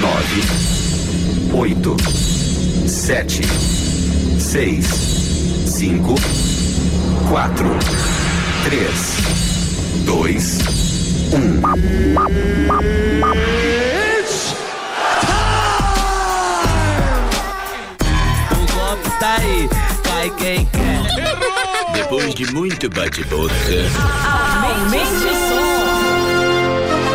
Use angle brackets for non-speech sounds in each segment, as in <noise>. nove, oito, sete, seis, cinco, quatro, três, dois, O golpe tá aí, vai quem quer. Depois de muito bate-boca, Aumente o som.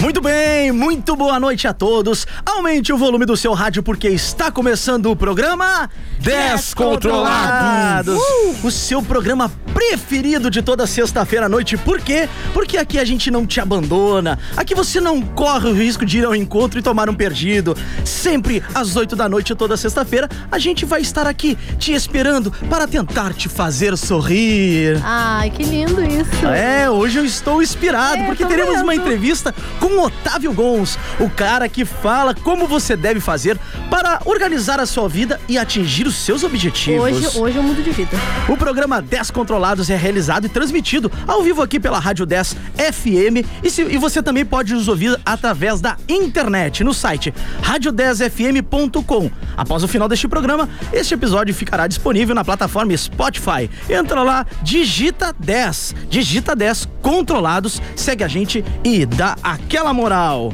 Muito bem, muito boa noite a todos. Aumente o volume do seu rádio porque está começando o programa Descontrolados. Uh! O seu programa preferido de toda sexta-feira à noite. Por quê? Porque aqui a gente não te abandona. Aqui você não corre o risco de ir ao encontro e tomar um perdido. Sempre às 8 da noite toda sexta-feira, a gente vai estar aqui te esperando para tentar te fazer sorrir. Ai, que lindo isso. É, hoje eu estou inspirado, É, porque tô teremos uma vendo. entrevista com o Otávio Gons, o cara que fala como você deve fazer para organizar a sua vida e atingir os seus objetivos. Hoje, hoje eu mudo de vida. O programa 10 Controlados é realizado e transmitido ao vivo aqui pela Rádio 10 FM. E, se- e você também pode nos ouvir através da internet no site radio10fm.com. Após o final deste programa, este episódio ficará disponível na plataforma Spotify. Entra lá, digita 10, digita 10 Controlados, segue a gente e dá aquela moral.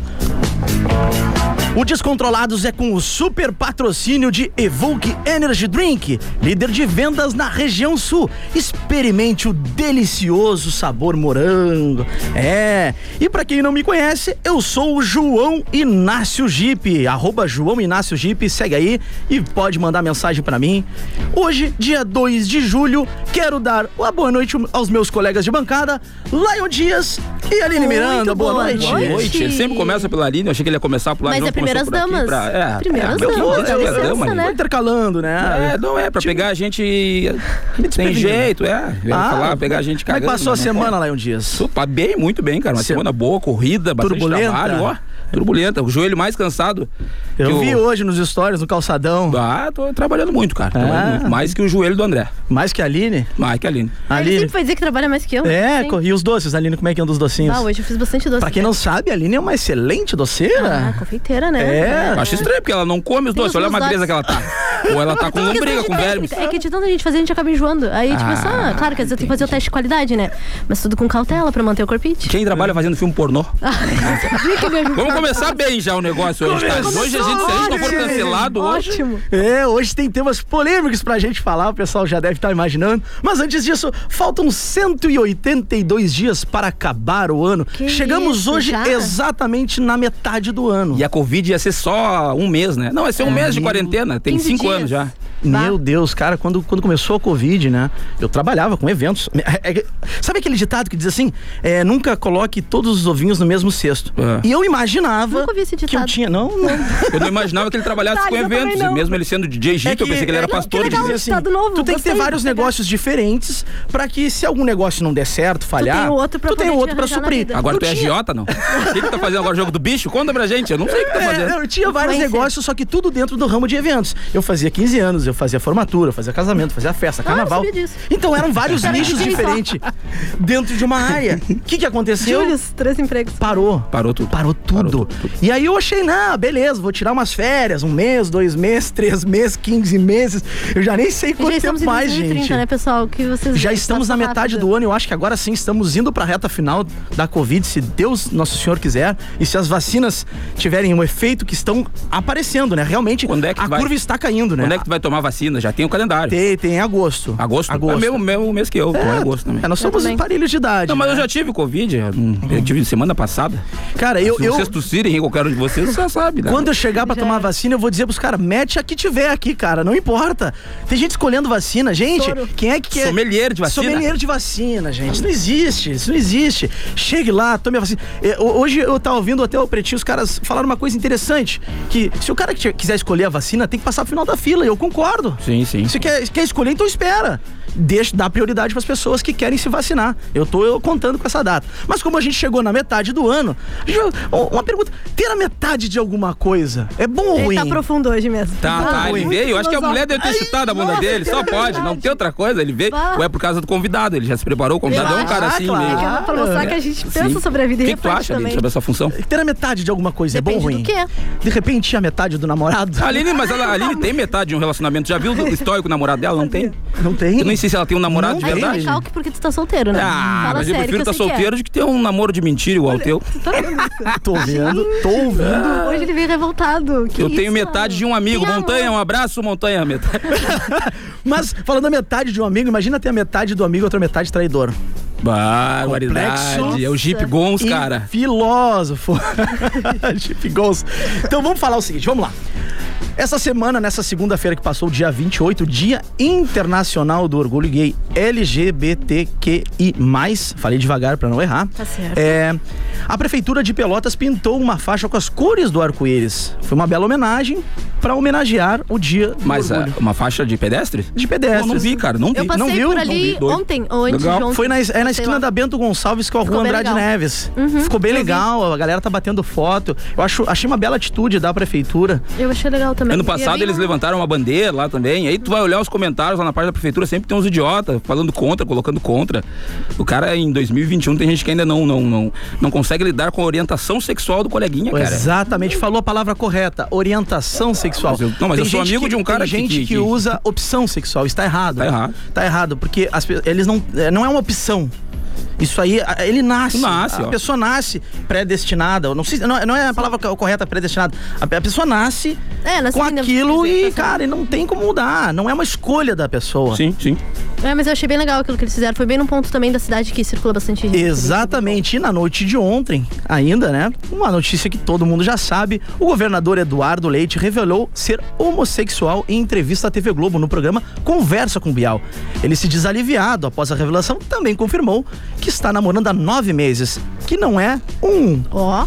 O Descontrolados é com o super patrocínio de Evoque Energy Drink, líder de vendas na região sul. Experimente o delicioso sabor morango. É, e pra quem não me conhece, eu sou o João Inácio Jeep, arroba João Inácio Jeep, segue aí e pode mandar mensagem pra mim. Hoje, dia 2 de julho, quero dar uma boa noite aos meus colegas de bancada, Lion Dias e Aline Muito Miranda. Boa, boa noite. noite. Noite, ele sempre começa pela Aline, eu achei que ele ia começar por lá, Mas não é primeiras começou por aqui damas. pra- É, Primeiras é, meu damas, Deus, dá é licença, dama, né? Vou intercalando, né? É, não é, pra pegar a <laughs> gente. Tem desprevenido. jeito, é. Eu ia falar, pegar a gente Ah, Como é que cagando. passou a mas não semana, pode. Lion Dias? Su- Tá bem, muito bem, cara. Uma Sem- semana boa, corrida, bastante Turbulenta. trabalho, ó. Turbulenta, o joelho mais cansado. que Eu vi hoje nos stories, no calçadão, Ah, tô trabalhando muito, cara. Ah. Trabalhando muito. Mais que o joelho do André. mais que a Aline. Mais que a Aline. A Ele Aline. sempre vai dizer que trabalha mais que eu. É, Ah, Sim. co- e os doces, Aline, como é que é um dos docinhos? Ah, hoje eu fiz bastante doce. pra quem não sabe, a Aline é uma excelente doceira. Ah, confeiteira, É. né? Eu acho estranho, porque ela não come os Tem doces. os Olha a meus magreza doces. que ela tá. Ou <laughs> ela tá com Então, lombriga, questão com de vermes. técnica. É que de tanta gente fazer, a gente acaba enjoando. Aí, tipo, Ah, assim, ah, claro que às vezes eu tenho que fazer o teste de qualidade, né? Mas tudo com cautela pra manter o corpite. Quem trabalha fazendo filme pornô? <laughs> Viu que me ajudou? Vamos começar bem já o negócio hoje, tá? Começou Hoje a gente, se a gente não for ótimo. cancelado hoje. Ótimo. É, hoje tem temas polêmicos pra gente falar, o pessoal já deve estar imaginando. Mas antes disso, faltam 182 dias para acabar o ano. Que Chegamos isso, hoje já? exatamente na metade do ano. E a Covid ia ser só um mês, né? Não, vai ser um mês de quarentena. Tem 15 cinco É, dias. anos já. Meu Deus, cara, quando, quando começou a Covid, né? Eu trabalhava com eventos. É, é, sabe aquele ditado que diz assim? é, nunca coloque todos os ovinhos no mesmo cesto. É. E eu imaginava Nunca ouvi esse que eu ditado. tinha. Não, <laughs> não. Eu não imaginava que ele trabalhasse Tá, com eu também eventos. E não. mesmo ele sendo DJ Jeep, eu pensei que ele É, era não, pastor. É que de tá legal, eventos. assim, ditado novo, Tu tem que ter gostei, vários legal. negócios diferentes pra que se algum negócio não der certo, falhar, tem outro pra tu tem poder te outro pra arranjar na suprir. vida. Agora Eu tu é tinha- agiota, não? O que que tá fazendo agora? Jogo do bicho? Conta pra gente. Eu não sei o que tá É, fazendo. eu tinha vários Influencer. negócios, só que tudo dentro do ramo de eventos. Eu fazia 15 anos, eu fazia formatura, eu fazia casamento, fazia festa, carnaval. Ah, sabia disso. então eram <laughs> vários nichos DJ só. diferentes dentro de uma área. O que, que aconteceu? Júlio, três empregos. Parou. Parou tudo. Parou tudo. Parou tudo. E aí eu achei, não, beleza, vou tirar umas férias, um mês, dois meses, três meses, 15 meses. Eu já nem sei E já quanto estamos tempo em mais, 2030, gente. né, pessoal? Que vocês Já estamos na metade do ano, eu acho que agora sim estamos indo para a reta final da Covid, se Deus Nosso Senhor quiser, e se as vacinas tiverem um efeito que estão aparecendo, né? Realmente Quando é que a tu vai? curva está caindo, né? Quando é que tu vai tomar vacina? Já tem o calendário. tem, tem em agosto. Agosto? É o Agosto. mesmo, mesmo mês que eu. Então é agosto também. É, nós Eu somos também. parelhos de idade. Não, mas eu né? já tive Covid. hum, Eu tive semana passada. Cara, eu, Se eu vocês tossirem em qualquer um de vocês, já sabe, né? Quando eu chegar pra Já é. tomar era. vacina, eu vou dizer pros caras, mete a que tiver aqui, cara, não importa. Tem gente escolhendo vacina, gente. Soro. Quem é que quer? Sommelier de vacina. Sommelier de vacina, gente. Isso não existe, isso não existe. Chegue lá, tome a vacina. É, ho- Hoje eu tava ouvindo até o Pretinho, os caras falaram uma coisa interessante, que se o cara que tiver- quiser escolher a vacina, tem que passar pro final da fila, e eu concordo. Sim, sim. Se quer, quer escolher, então espera. Deixa, dá prioridade para as pessoas que querem se vacinar. Eu tô eu, contando com essa data. Mas como a gente chegou na metade do ano, a gente- ó, uma pergunta: ter a metade de alguma coisa é bom ou Ele ruim? tá profundo hoje mesmo. Tá, tá, ele muito veio. Eu acho que a mulher deve ter filosófico. chutado a bunda Ai, dele, nossa, só é pode, não verdade. tem outra coisa. Ele veio, Bah. ou é por causa do convidado, ele já se preparou, o convidado é um acho. cara assim Ah, meio. claro. É pra mostrar que a gente pensa Sim. sobre a vida e O que que tu reflete acha Aline, também. sobre essa função? Ter a metade de alguma coisa é bom ou ruim? Depende do De repente, a metade do namorado? A Aline, mas ela, a Aline tem metade de um relacionamento. Já viu o histórico namorado dela? Não tem? <laughs> Não tem? Eu nem sei se ela tem um namorado Não de tem. Aí tu verdade. recalque porque tu tá solteiro, né? Ah, Fala mas eu sério, prefiro que estar eu sei que é. solteiro do que ter um namoro de mentira igual o teu. Tá vendo isso? Tô vendo, tô ouvindo. Hoje ele veio revoltado. Que eu tenho isso, metade mano? de um amigo. Que amor. Montanha, um abraço, Montanha. Metade. Mas falando a metade de um amigo, imagina ter a metade do amigo e outra metade traidor. Barbaridade. É o Jeep Gons, E cara. Filósofo. <laughs> Chip Goals. Então vamos falar o seguinte, vamos lá. Essa semana, nessa segunda-feira que passou, dia 28, Dia Internacional do Orgulho Gay LGBTQI+. Falei devagar pra não errar. Tá certo. É, a Prefeitura de Pelotas pintou uma faixa com as cores do arco-íris. Foi uma bela homenagem pra homenagear o Dia do Mas ah, Orgulho. uma faixa de pedestre? De Não, pedestres. não vi, cara. Não vi. Eu passei não viu? por Não ali vi, doido. ontem, ou antes Legal. de ontem. Foi na, é na sei esquina lá. da Bento Gonçalves com a Ficou rua bem Andrade legal. Uhum. Neves. Ficou bem legal, a galera tá batendo foto. Eu acho, achei uma bela atitude da prefeitura. Eu achei legal também. Ano E é passado bem- eles levantaram uma bandeira lá também. Aí tu vai olhar os comentários lá na página da prefeitura, sempre tem uns idiotas falando contra, colocando contra. O cara em 2021 tem gente que ainda não não não, não consegue lidar com a orientação sexual do coleguinha, cara. é, Exatamente, falou a palavra correta, orientação sexual. Mas eu- não, mas eu sou gente amigo que- de um cara tem que- gente que, que- que- usa opção sexual, está errado. Tá errado. Tá errado, porque as pe- eles não é, não é uma opção. Isso aí, a- ele nasce. Nasce, a ó. pessoa nasce predestinada. Não, sei- não, não é a palavra co- correta, predestinada. A, a pessoa nasce É, nasce com ainda- aquilo e, nasce- cara, e não tem como mudar. Não é uma escolha da pessoa. Sim, sim. É, mas eu achei bem legal aquilo que eles fizeram. Foi bem num ponto também da cidade que circula bastante gente. Exatamente. E na noite de ontem, ainda, né? Uma notícia que todo mundo já sabe: o governador Eduardo Leite revelou ser homossexual em entrevista à TV Globo no programa Conversa com Bial. Ele se diz aliviado após a revelação, também confirmou que está namorando há nove meses, que não é um. Ó,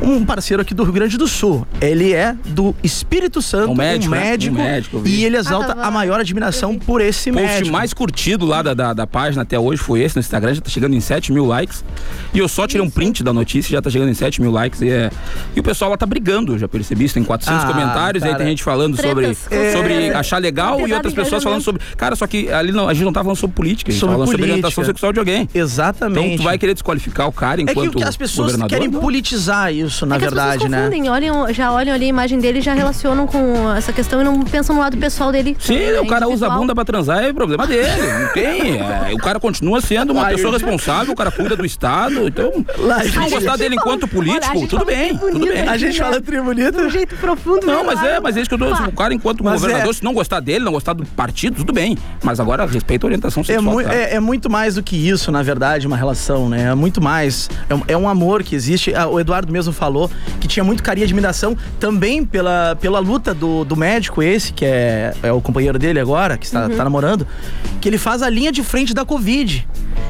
Um parceiro aqui do Rio Grande do Sul. Ele é do Espírito Santo, Um médico, né? Um médico, médico, eu vi. e ele exalta tava- a maior admiração por esse O post médico. mais curtido lá da, da, da página até hoje foi esse no Instagram, já tá chegando em 7 mil likes. E eu só tirei um print da notícia, já tá chegando em 7 mil likes. E, é- e o pessoal lá tá brigando, eu já percebi isso. Tem 400 Ah, comentários, e aí cara. tem gente falando sobre, Tretas, com sobre certeza. achar legal e Pegada outras pessoas falando engajamento. sobre. Cara, só que ali não, a gente não tá falando sobre política, a gente Sobre tá falando sobre política. orientação sexual de alguém. Exatamente. Então tu vai querer desqualificar o cara É que enquanto o que as pessoas governador? querem politizar isso, na é que as verdade, pessoas né? confundem, olham, já olham ali a imagem dele e já relacionam com essa questão e não pensam no lado pessoal dele. Sim, né, o cara usa a individual. bunda pra transar, é problema dele. Não tem. é, o cara continua sendo uma pessoa responsável, o cara cuida do Estado. Então, Lá, se não gente, gostar dele enquanto político, olha, a gente tudo falou bem, bem bonito tudo bem. aqui. A gente fala tribunito. De um jeito profundo. Não, né, mas claro. é, mas é isso que eu tô. O cara, enquanto Mas governador, é- se não gostar dele, não gostar do partido, tudo bem. Mas agora respeita a orientação É, sexual. mui- cara. é- é muito mais do que isso, na verdade, uma relação, né? É muito mais. É um, é um amor que existe. Ah, O Eduardo mesmo falou que tinha muito carinho e admiração também pela, pela luta do, do médico, esse, que é, é o companheiro dele agora, que está tá namorando, que ele faz a linha de frente da Covid.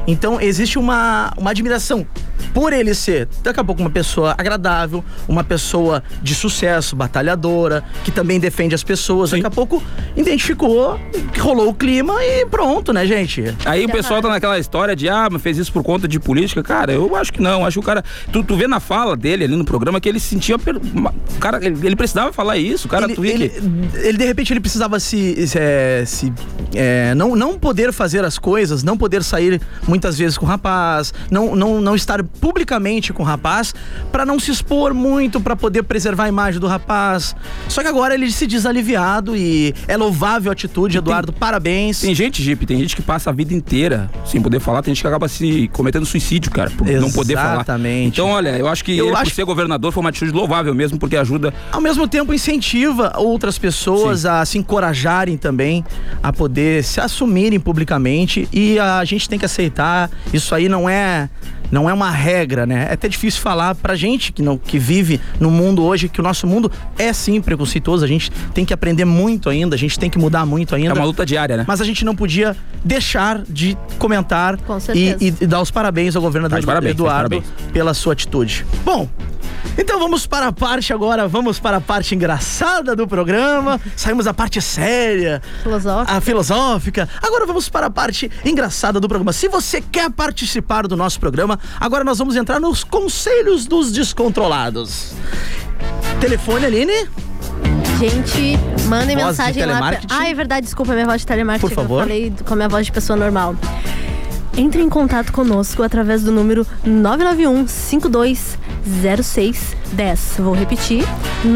Então, existe uma, uma admiração por ele ser, daqui a pouco, uma pessoa agradável, uma pessoa de sucesso, batalhadora, que também defende as pessoas. Daqui a pouco, identificou, rolou o clima e pronto, né, gente? Aí o pessoal tá naquela história de, ah, mas fez isso por conta de política. Cara, eu acho que não. Acho que o cara. Tu, tu vê na fala dele ali no programa que ele se sentia. per- ma- Cara, ele, ele precisava falar isso. O Cara, ele, tu vê ele- que. ele, de repente ele precisava se, se, é, se, é, não não poder fazer as coisas, não poder sair muitas vezes com o rapaz, não não, não estar publicamente com o rapaz pra não se expor muito, pra poder preservar a imagem do rapaz. Só que agora ele se diz aliviado e é louvável a atitude, Eduardo, parabéns. Tem gente, Jeep, tem gente que passa a vida inteira sem poder falar, tem gente que acaba se cometendo suicídio, cara, por não poder falar. Exatamente. Então, olha, eu acho que Eu ele, acho- por ser governador, foi uma atitude louvável mesmo, porque ajuda. é Ao mesmo tempo incentiva outras pessoas a se encorajarem também a poder se assumirem publicamente e a gente tem que aceitar, isso aí não é não é uma regra, né? É até difícil falar pra gente que não que vive no mundo hoje que o nosso mundo é sim preconceituoso, a gente tem que aprender muito ainda, a gente tem que mudar muito ainda. É uma luta diária, né? Mas a gente não podia deixar de comentar Com e, certeza. e- e dar os parabéns ao governador Tá de parabéns, tá de Eduardo parabéns. pela sua atitude. Bom, Então vamos para a parte agora, vamos para a parte engraçada do programa. Saímos da parte séria, Filosófica. a filosófica. Agora vamos para a parte engraçada do programa. Se você quer participar do nosso programa, agora nós vamos entrar nos conselhos dos descontrolados. Telefone, Aline? Ah. Gente, mandem Voz de mensagem lá. Pra... telemarketing? Ah, é verdade, desculpa, minha voz de telemarketing. Por que favor. Eu falei com a minha voz de pessoa normal. Entre em contato conosco através do número 991 520610. Vou repetir: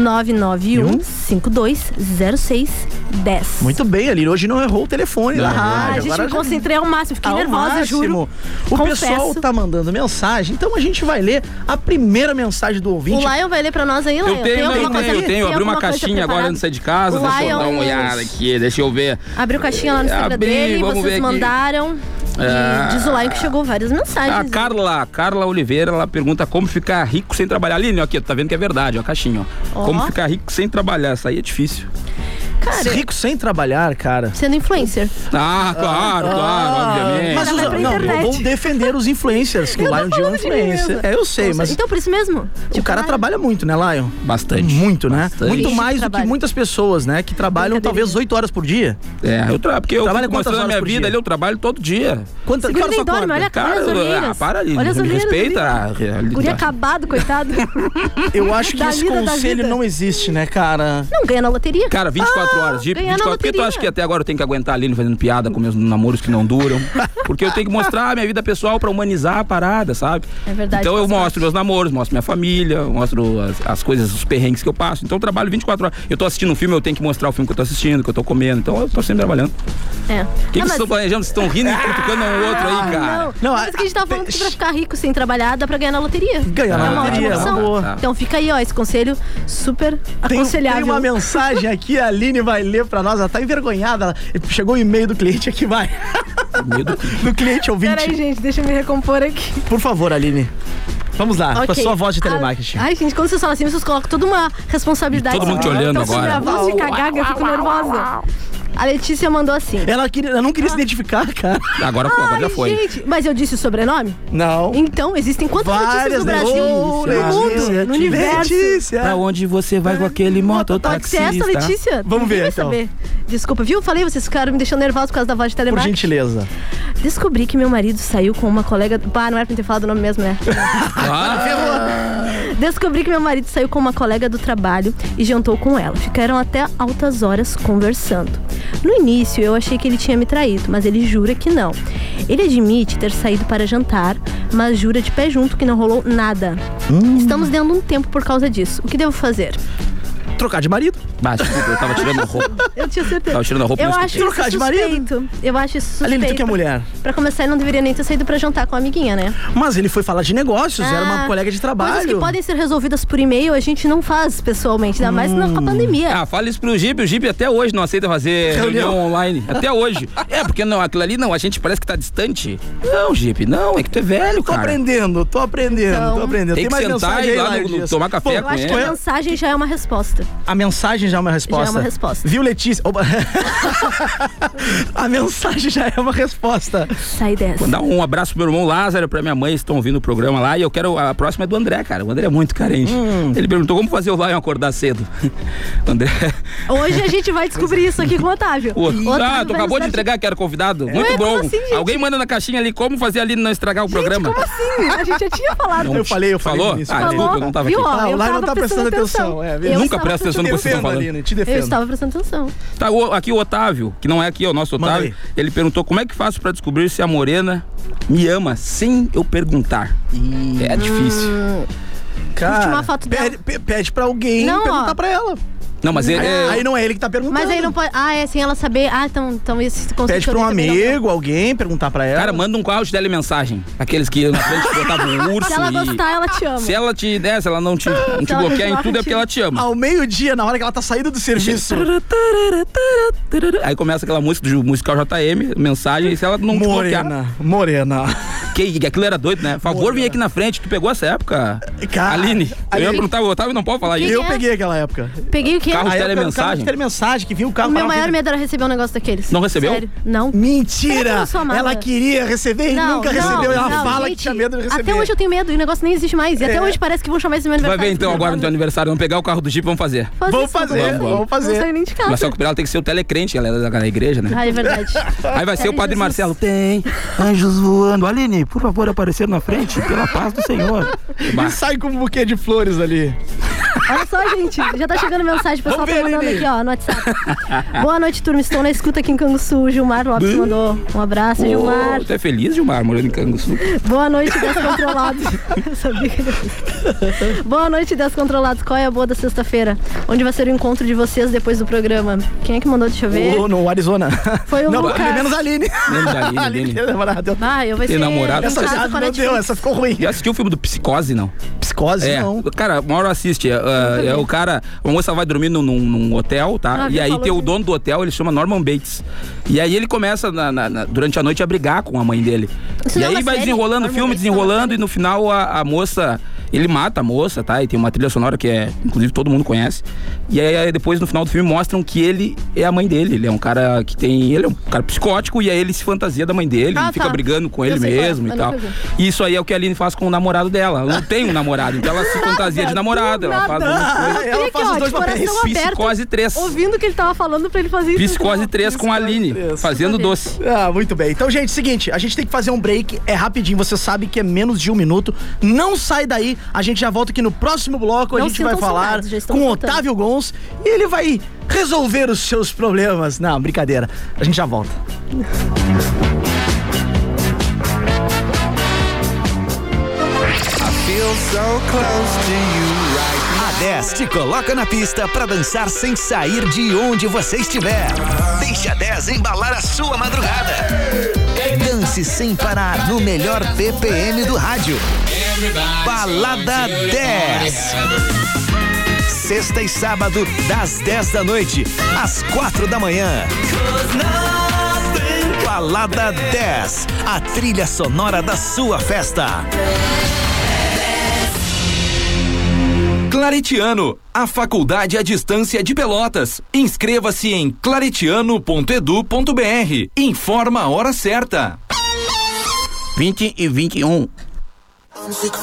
991 520610. Muito bem, Aline. Hoje não errou o telefone né? da ah, rádio. a gente Agora me já- concentrei ao máximo, fiquei Tá Ao nervosa, máximo. juro. O Confesso. pessoal tá mandando mensagem, então a gente vai ler a primeira mensagem do O ouvinte. Lion vai ler pra nós aí, Lion. Eu tenho, alguma eu tenho, coisa- eu tem tenho. Abri uma alguma coisa caixinha agora preparada? antes de sair de casa. O Deixa eu dar Lion- uma olhada aqui, deixa eu ver. Abriu caixinha lá no Instagram Abri, dele, vamos ver vocês aqui. mandaram. Ah. E diz o Lion que chegou várias mensagens. A Carla, Carla Oliveira, ela pergunta como ficar rico sem trabalhar. Aline, ó, aqui, tá vendo que é verdade, ó, a caixinha, ó. Ó. Como ficar rico sem trabalhar, isso aí é difícil. Cara, Rico sem trabalhar, cara. sendo influencer. Ah, claro, claro, Ah, obviamente. Mas Ainda os, vai é pra não, eu internet. vou defender os influencers, que o Eu tô Lion de é um falando de mim influencer. mesmo. É, eu sei, Nossa, mas Então, por isso mesmo. o Tipo, cara ah, trabalha muito, né, Lion? Bastante. Muito, né? Bastante. Muito mais do que Trabalho. muitas pessoas, né? Que trabalham talvez 8 horas por dia. É, eu trabalho, porque eu Trabalha trabalho quantas mostrando a minha horas por vida dia? ali, eu trabalho todo dia. Quantas Segura nem dorme, olha a cara, Cara, olhas eu- orelhas. ah, para ali, Olha as me orelhas, respeita a O guri é realidade. acabado, coitado. <laughs> Eu acho que Da esse vida, da conselho vida. não existe, né, cara? Não ganha na loteria. Cara, 24 horas. De, ganhar na 24, porque tu Ah, loteria. acha que até agora eu tenho que aguentar ali fazendo piada com meus namoros que não duram? Porque eu tenho que mostrar a minha vida pessoal pra humanizar a parada, sabe? É verdade, Então eu faz mostro meus namoros, mostro minha família, mostro as, as coisas, os perrengues que eu passo. Então eu trabalho 24 horas. Eu tô assistindo um filme, eu tenho que mostrar o filme que eu tô assistindo, que eu tô comendo. Então eu tô sempre trabalhando. O É. que, que Ah, vocês estão planejando? Vocês estão rindo <laughs> e criticando um outro aí, cara? Não, Não, mas a- que a gente tava falando que pra ficar rico sem trabalhar dá pra ganhar na loteria. Ganhar na é uma loteria, ótima é uma opção. boa. Tá. Então fica aí, ó, esse conselho super Tem, aconselhável. tem uma mensagem aqui, a Aline vai ler pra nós. Ela tá envergonhada. ela- Chegou o e-mail do cliente aqui, vai. Medo. Do cliente ouvinte. Peraí, gente, deixa eu me recompor aqui. Por favor, Aline. Vamos lá, com a Ok. sua voz de Ah, telemarketing. Ai, gente, quando vocês falam assim, vocês colocam toda uma responsabilidade. Todo mundo te olhando Então, sobre agora. a voz de Cagaga, eu fico nervosa. A Letícia mandou assim. Ela, queria, ela não queria se identificar, cara. Agora, pô, agora já Ai, foi. gente, mas eu disse o sobrenome? Não. Então, existem quantas notícias Várias né? no Brasil? Ô, no mundo, no universo. Letícia. Pra onde você vai com aquele Pode ser essa, mototaxista? Letícia? tá? Vamos Ninguém ver, vai então. saber. Desculpa, viu? Falei, vocês ficaram me deixando nervosa por causa da voz de Por telemarketing. gentileza. Descobri que meu marido saiu com uma colega. Bah, não era pra ter falado o nome mesmo, <laughs> né? Ah, Descobri que meu marido saiu com uma colega do trabalho e jantou com ela. Ficaram até altas horas conversando. No início, eu achei que ele tinha me traído, mas ele jura que não. Ele admite ter saído para jantar, mas jura de pé junto que não rolou nada. Hum. Estamos dando um tempo por causa disso. O que devo fazer? Trocar de marido. Bah, desculpa, eu tava tirando roupa. <laughs> Eu tinha certeza. Tava tirando a roupa, eu mas acho isso Trocar de suspeito. Eu acho isso suspeito. Aline, tu que é mulher. Pra começar, ele não deveria nem ter saído pra jantar com a amiguinha, né? Mas ele foi falar de negócios, era uma Ah, colega Coisas de trabalho. que podem ser resolvidas por e-mail, a gente não faz pessoalmente, ainda mais Hum. na com a pandemia. Ah, fala isso pro Gibe. O Gibe até hoje não aceita fazer reunião, online. Até hoje. É, porque não, aquilo ali não, a gente parece que tá distante. Não, Gibe, não, é que tu é velho, Tô cara. aprendendo, tô aprendendo, Então, tô aprendendo. tem que mais sentar mensagem e ir aí, lá no- Laís no- Dias? tomar café Pô, Eu é com acho ele. que a mensagem já é uma resposta. A mensagem já é uma resposta. resposta. Viu, Letícia? Opa. <laughs> a mensagem já é uma resposta. Sai dessa. Mandar um abraço pro meu irmão Lázaro, pra minha mãe, que estão ouvindo o programa lá. E eu quero. A próxima é do André, cara. O André é muito carente. Hum. Ele perguntou como fazer o Lion acordar cedo. <laughs> André. Hoje a gente vai descobrir isso aqui com o Otávio. O... O Otávio Ah, tu vai acabou nos de dar entregar que era convidado. como Muito bom. assim, gente? Alguém manda na caixinha ali como fazer ali não estragar o programa. Como né? assim? A gente já tinha falado. Eu falei, eu falei Falou? no início, Ah, falei. desculpa, eu não tava Viu, aqui. ó, Ah, o eu Lion tava tá prestando atenção. É, Eu Nunca estava presta atenção no que vocês estão Defenda, falando. Aline, te Eu defendo. estava prestando atenção. Tá, o- aqui o Otávio, que não é aqui, é o nosso Manda Otávio. aí. Ele perguntou como é que faço pra descobrir se a morena me ama sem eu perguntar. É difícil. Cara, Última foto dela. pede, pe- pede pra alguém Não, perguntar ó. pra ela. Não, mas ele é, Aí não é ele que tá perguntando. Mas aí não pode. Ah, é sem ela saber. Ah, então, então esse conceito. Pede pra um amigo, alguém, perguntar pra ela. cara, manda um áudio dela mensagem. Aqueles que na frente botavam um <laughs> urso Se ela e gostar, ela te ama. se é ela te der, se ela não te, não te ela bloquear em continuar tudo é contigo. porque ela te ama. assim, Ao meio-dia, na hora que ela tá saindo do serviço. Aí começa aquela música do musical JM, mensagem, e se ela <laughs> não te bloquear. Morena, morena. Que, aquilo era doido, né? Favor, vim aqui na frente. Tu pegou essa época? Cara, Aline. Eu Aline. ia perguntar, o Otávio não pode falar isso. Quem Eu é? peguei aquela época. Peguei o quê? Carro- A época telemensagem. era o carro de telemensagem que vinha o carro O meu parava maior aqui. medo era receber um negócio daqueles. Não recebeu? Sério, não. Será que eu Mentira! não sou amada? Ela queria receber e Não, nunca não, recebeu. Ela não, fala gente, que tinha medo de receber. Até hoje eu tenho medo e o negócio nem existe mais. E até É. hoje parece que vão chamar esse meu Tu vai aniversário. ver então agora no teu aniversário. Vamos pegar o carro do Jeep e vamos fazer. Faz Vamos isso, fazer, vamos vamos fazer. Não saio nem de casa. Mas só que pra ela tem que ser o telecrente, galera da, da igreja, né? Ah, é verdade. Aí vai ser o Sério, Padre Jesus. Marcelo. Tem anjos voando. Aline, por favor, aparecer na frente, pela paz do Senhor. E sai com um buquê de flores ali. Olha só, gente, já tá chegando mensagem, o pessoal Vamos tá ver, mandando Lili. aqui, ó, no WhatsApp. Boa noite, turma. Estou na escuta aqui em Canguçu. O Gilmar Lopes mandou um abraço, Gilmar. tu é feliz, Gilmar, morando em Canguçu? Boa noite, descontrolados. Eu sabia que era- Boa noite, descontrolados. Qual é a boa da sexta-feira? Onde vai ser o encontro de vocês depois do programa? Quem é que mandou? Deixa eu ver. Ou no Arizona. Foi um o não, Lucas. menos a <laughs> Aline. Menos a Aline, Aline. Deu- Ah, eu vou Tem ser namorado? Essa linchada já com a não deu, Netflix. essa ficou ruim. Já assistiu o filme do Psicose, não? Psicose, É, não. cara, uma hora assiste. é, é, é o cara, a moça vai dormir num, num- num hotel, tá? Uhum. Ah, e alguém aí falou tem o assim. dono do hotel, ele chama Norman Bates. E aí ele começa na- na- na- durante a noite a brigar com a mãe dele. Isso e não é aí uma vai série? desenrolando o Norman filme, Bates é uma desenrolando, e no final a, a moça. Ele mata a moça, tá? E tem uma trilha sonora que é, inclusive, todo mundo conhece. E aí, aí depois, no final do filme, mostram que ele é a mãe dele. Ele é um cara que tem. Ele é um cara psicótico e aí ele se fantasia da mãe dele, Ah, e fica tá. brigando com Eu ele sei qual é, mesmo eu e tal. nunca vi. E isso aí é o que a Aline faz com o namorado dela. Ela não tem um namorado, então ela se fantasia de namorado. Ela faz um Ah, ela queria faz que, os ó, dois de coração papéis. aberto. Psicose 3. Ouvindo o que ele tava falando pra ele fazer isso. Psicose 3 com a Aline, três. fazendo doce. Ah, muito bem. Então, gente, seguinte, a gente tem que fazer um break, é rapidinho, você sabe que é menos de um minuto. Não sai daí, a gente já volta aqui no próximo bloco, a Não gente vai sintam falar saudades, já estão com o voltando. Otávio Gons e ele vai resolver os seus problemas. Não, brincadeira, a gente já volta. A 10 te É, coloca na pista pra dançar sem sair de onde você estiver. Deixe a 10 embalar a sua madrugada. Dance sem parar no melhor BPM do rádio. Balada 10. Sexta e sábado, das 10 da noite às 4 da manhã. Balada 10, a trilha sonora da sua festa. Claretiano, a faculdade à distância de Pelotas. Inscreva-se em claretiano.edu.br. Informa a hora certa. 20 e 21.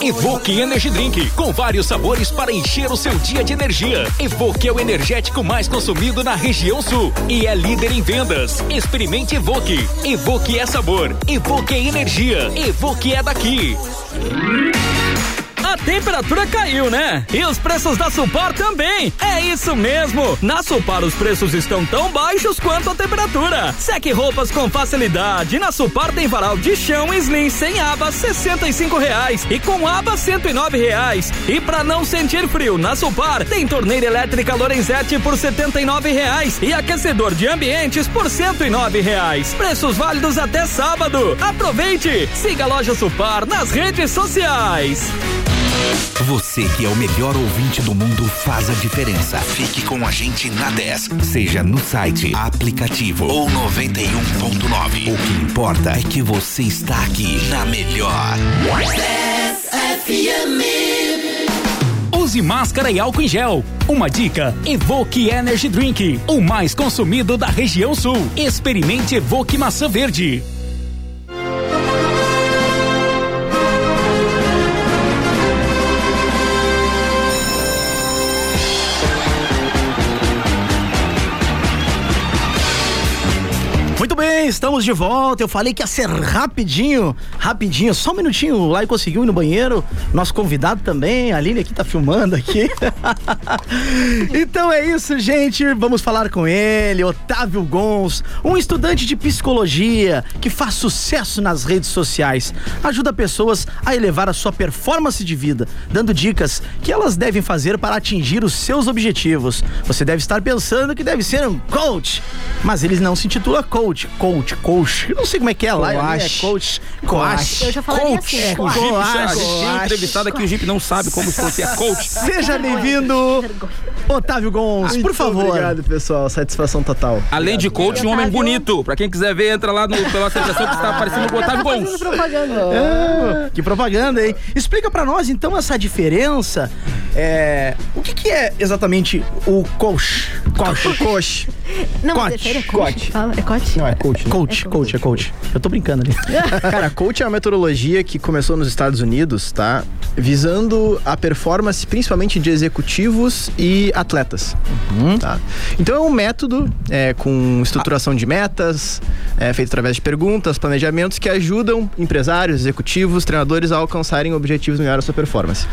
Evoque Energy Drink, com vários sabores para encher o seu dia de energia. Evoque é o energético mais consumido na região sul e é líder em vendas. Experimente Evoque. Evoque é sabor, Evoque é energia, Evoque é daqui. A temperatura caiu, né? E os preços da Supar também. É isso mesmo. Na Supar os preços estão tão baixos quanto a temperatura. Seque roupas com facilidade. Na Supar tem varal de chão slim sem aba R$ 65 reais e com aba R$ 109 reais. E para não sentir frio, na Supar tem torneira elétrica Lorenzetti por R$ 79 reais e aquecedor de ambientes por R$ 109 reais. Preços válidos até sábado. Aproveite. Siga a loja Supar nas redes sociais. Você que é o melhor ouvinte do mundo faz a diferença. Fique com a gente na 10. Seja no site, aplicativo ou 91.9. O que importa é que você está aqui na melhor. Use máscara e álcool em gel. Uma dica: Evoque Energy Drink, o mais consumido da região sul. Experimente Evoque Maçã Verde. Muito bem, estamos de volta. Eu falei que ia ser rapidinho, rapidinho, só um minutinho. O Lai conseguiu ir no banheiro. Nosso convidado também, a Aline aqui tá filmando aqui. <laughs> então é isso, gente. Vamos falar com ele, Otávio Gons, um estudante de psicologia que faz sucesso nas redes sociais. Ajuda pessoas a elevar a sua performance de vida, dando dicas que elas devem fazer para atingir os seus objetivos. Você deve estar pensando que deve ser um coach, mas eles não se intitula coach. Coach coach, coach. Eu não sei como é que é lá. Coach. É coach. Coach. Eu já falaria assim, coach. coach. É, O Jeep já- a coach. gente tem um entrevistado aqui, o Jeep não sabe como pronunciar coach. Seja bem-vindo, Otávio Gons, por favor. Ah, Obrigado, pessoal. Satisfação total. Além de coach, um homem bonito. Pra quem quiser ver, entra lá no pela sensação que Ah. está aparecendo com o tá Otávio Gons. propaganda. É, que propaganda, hein? Explica pra nós, então, essa diferença. É, o que, que é exatamente o coach? Coach. O coach. Não, mas é Coach. sério, é coach? Coach. Fala, É coach? Não, é coach. né? Coach, coach, é coach. Eu tô brincando ali. <laughs> Cara, coach é uma metodologia que começou nos Estados Unidos, tá? Visando a performance principalmente de executivos e atletas. Uhum. tá? Então é um método é, com estruturação de metas, é, feito através de perguntas, planejamentos que ajudam empresários, executivos, treinadores a alcançarem objetivos e melhorar a sua performance.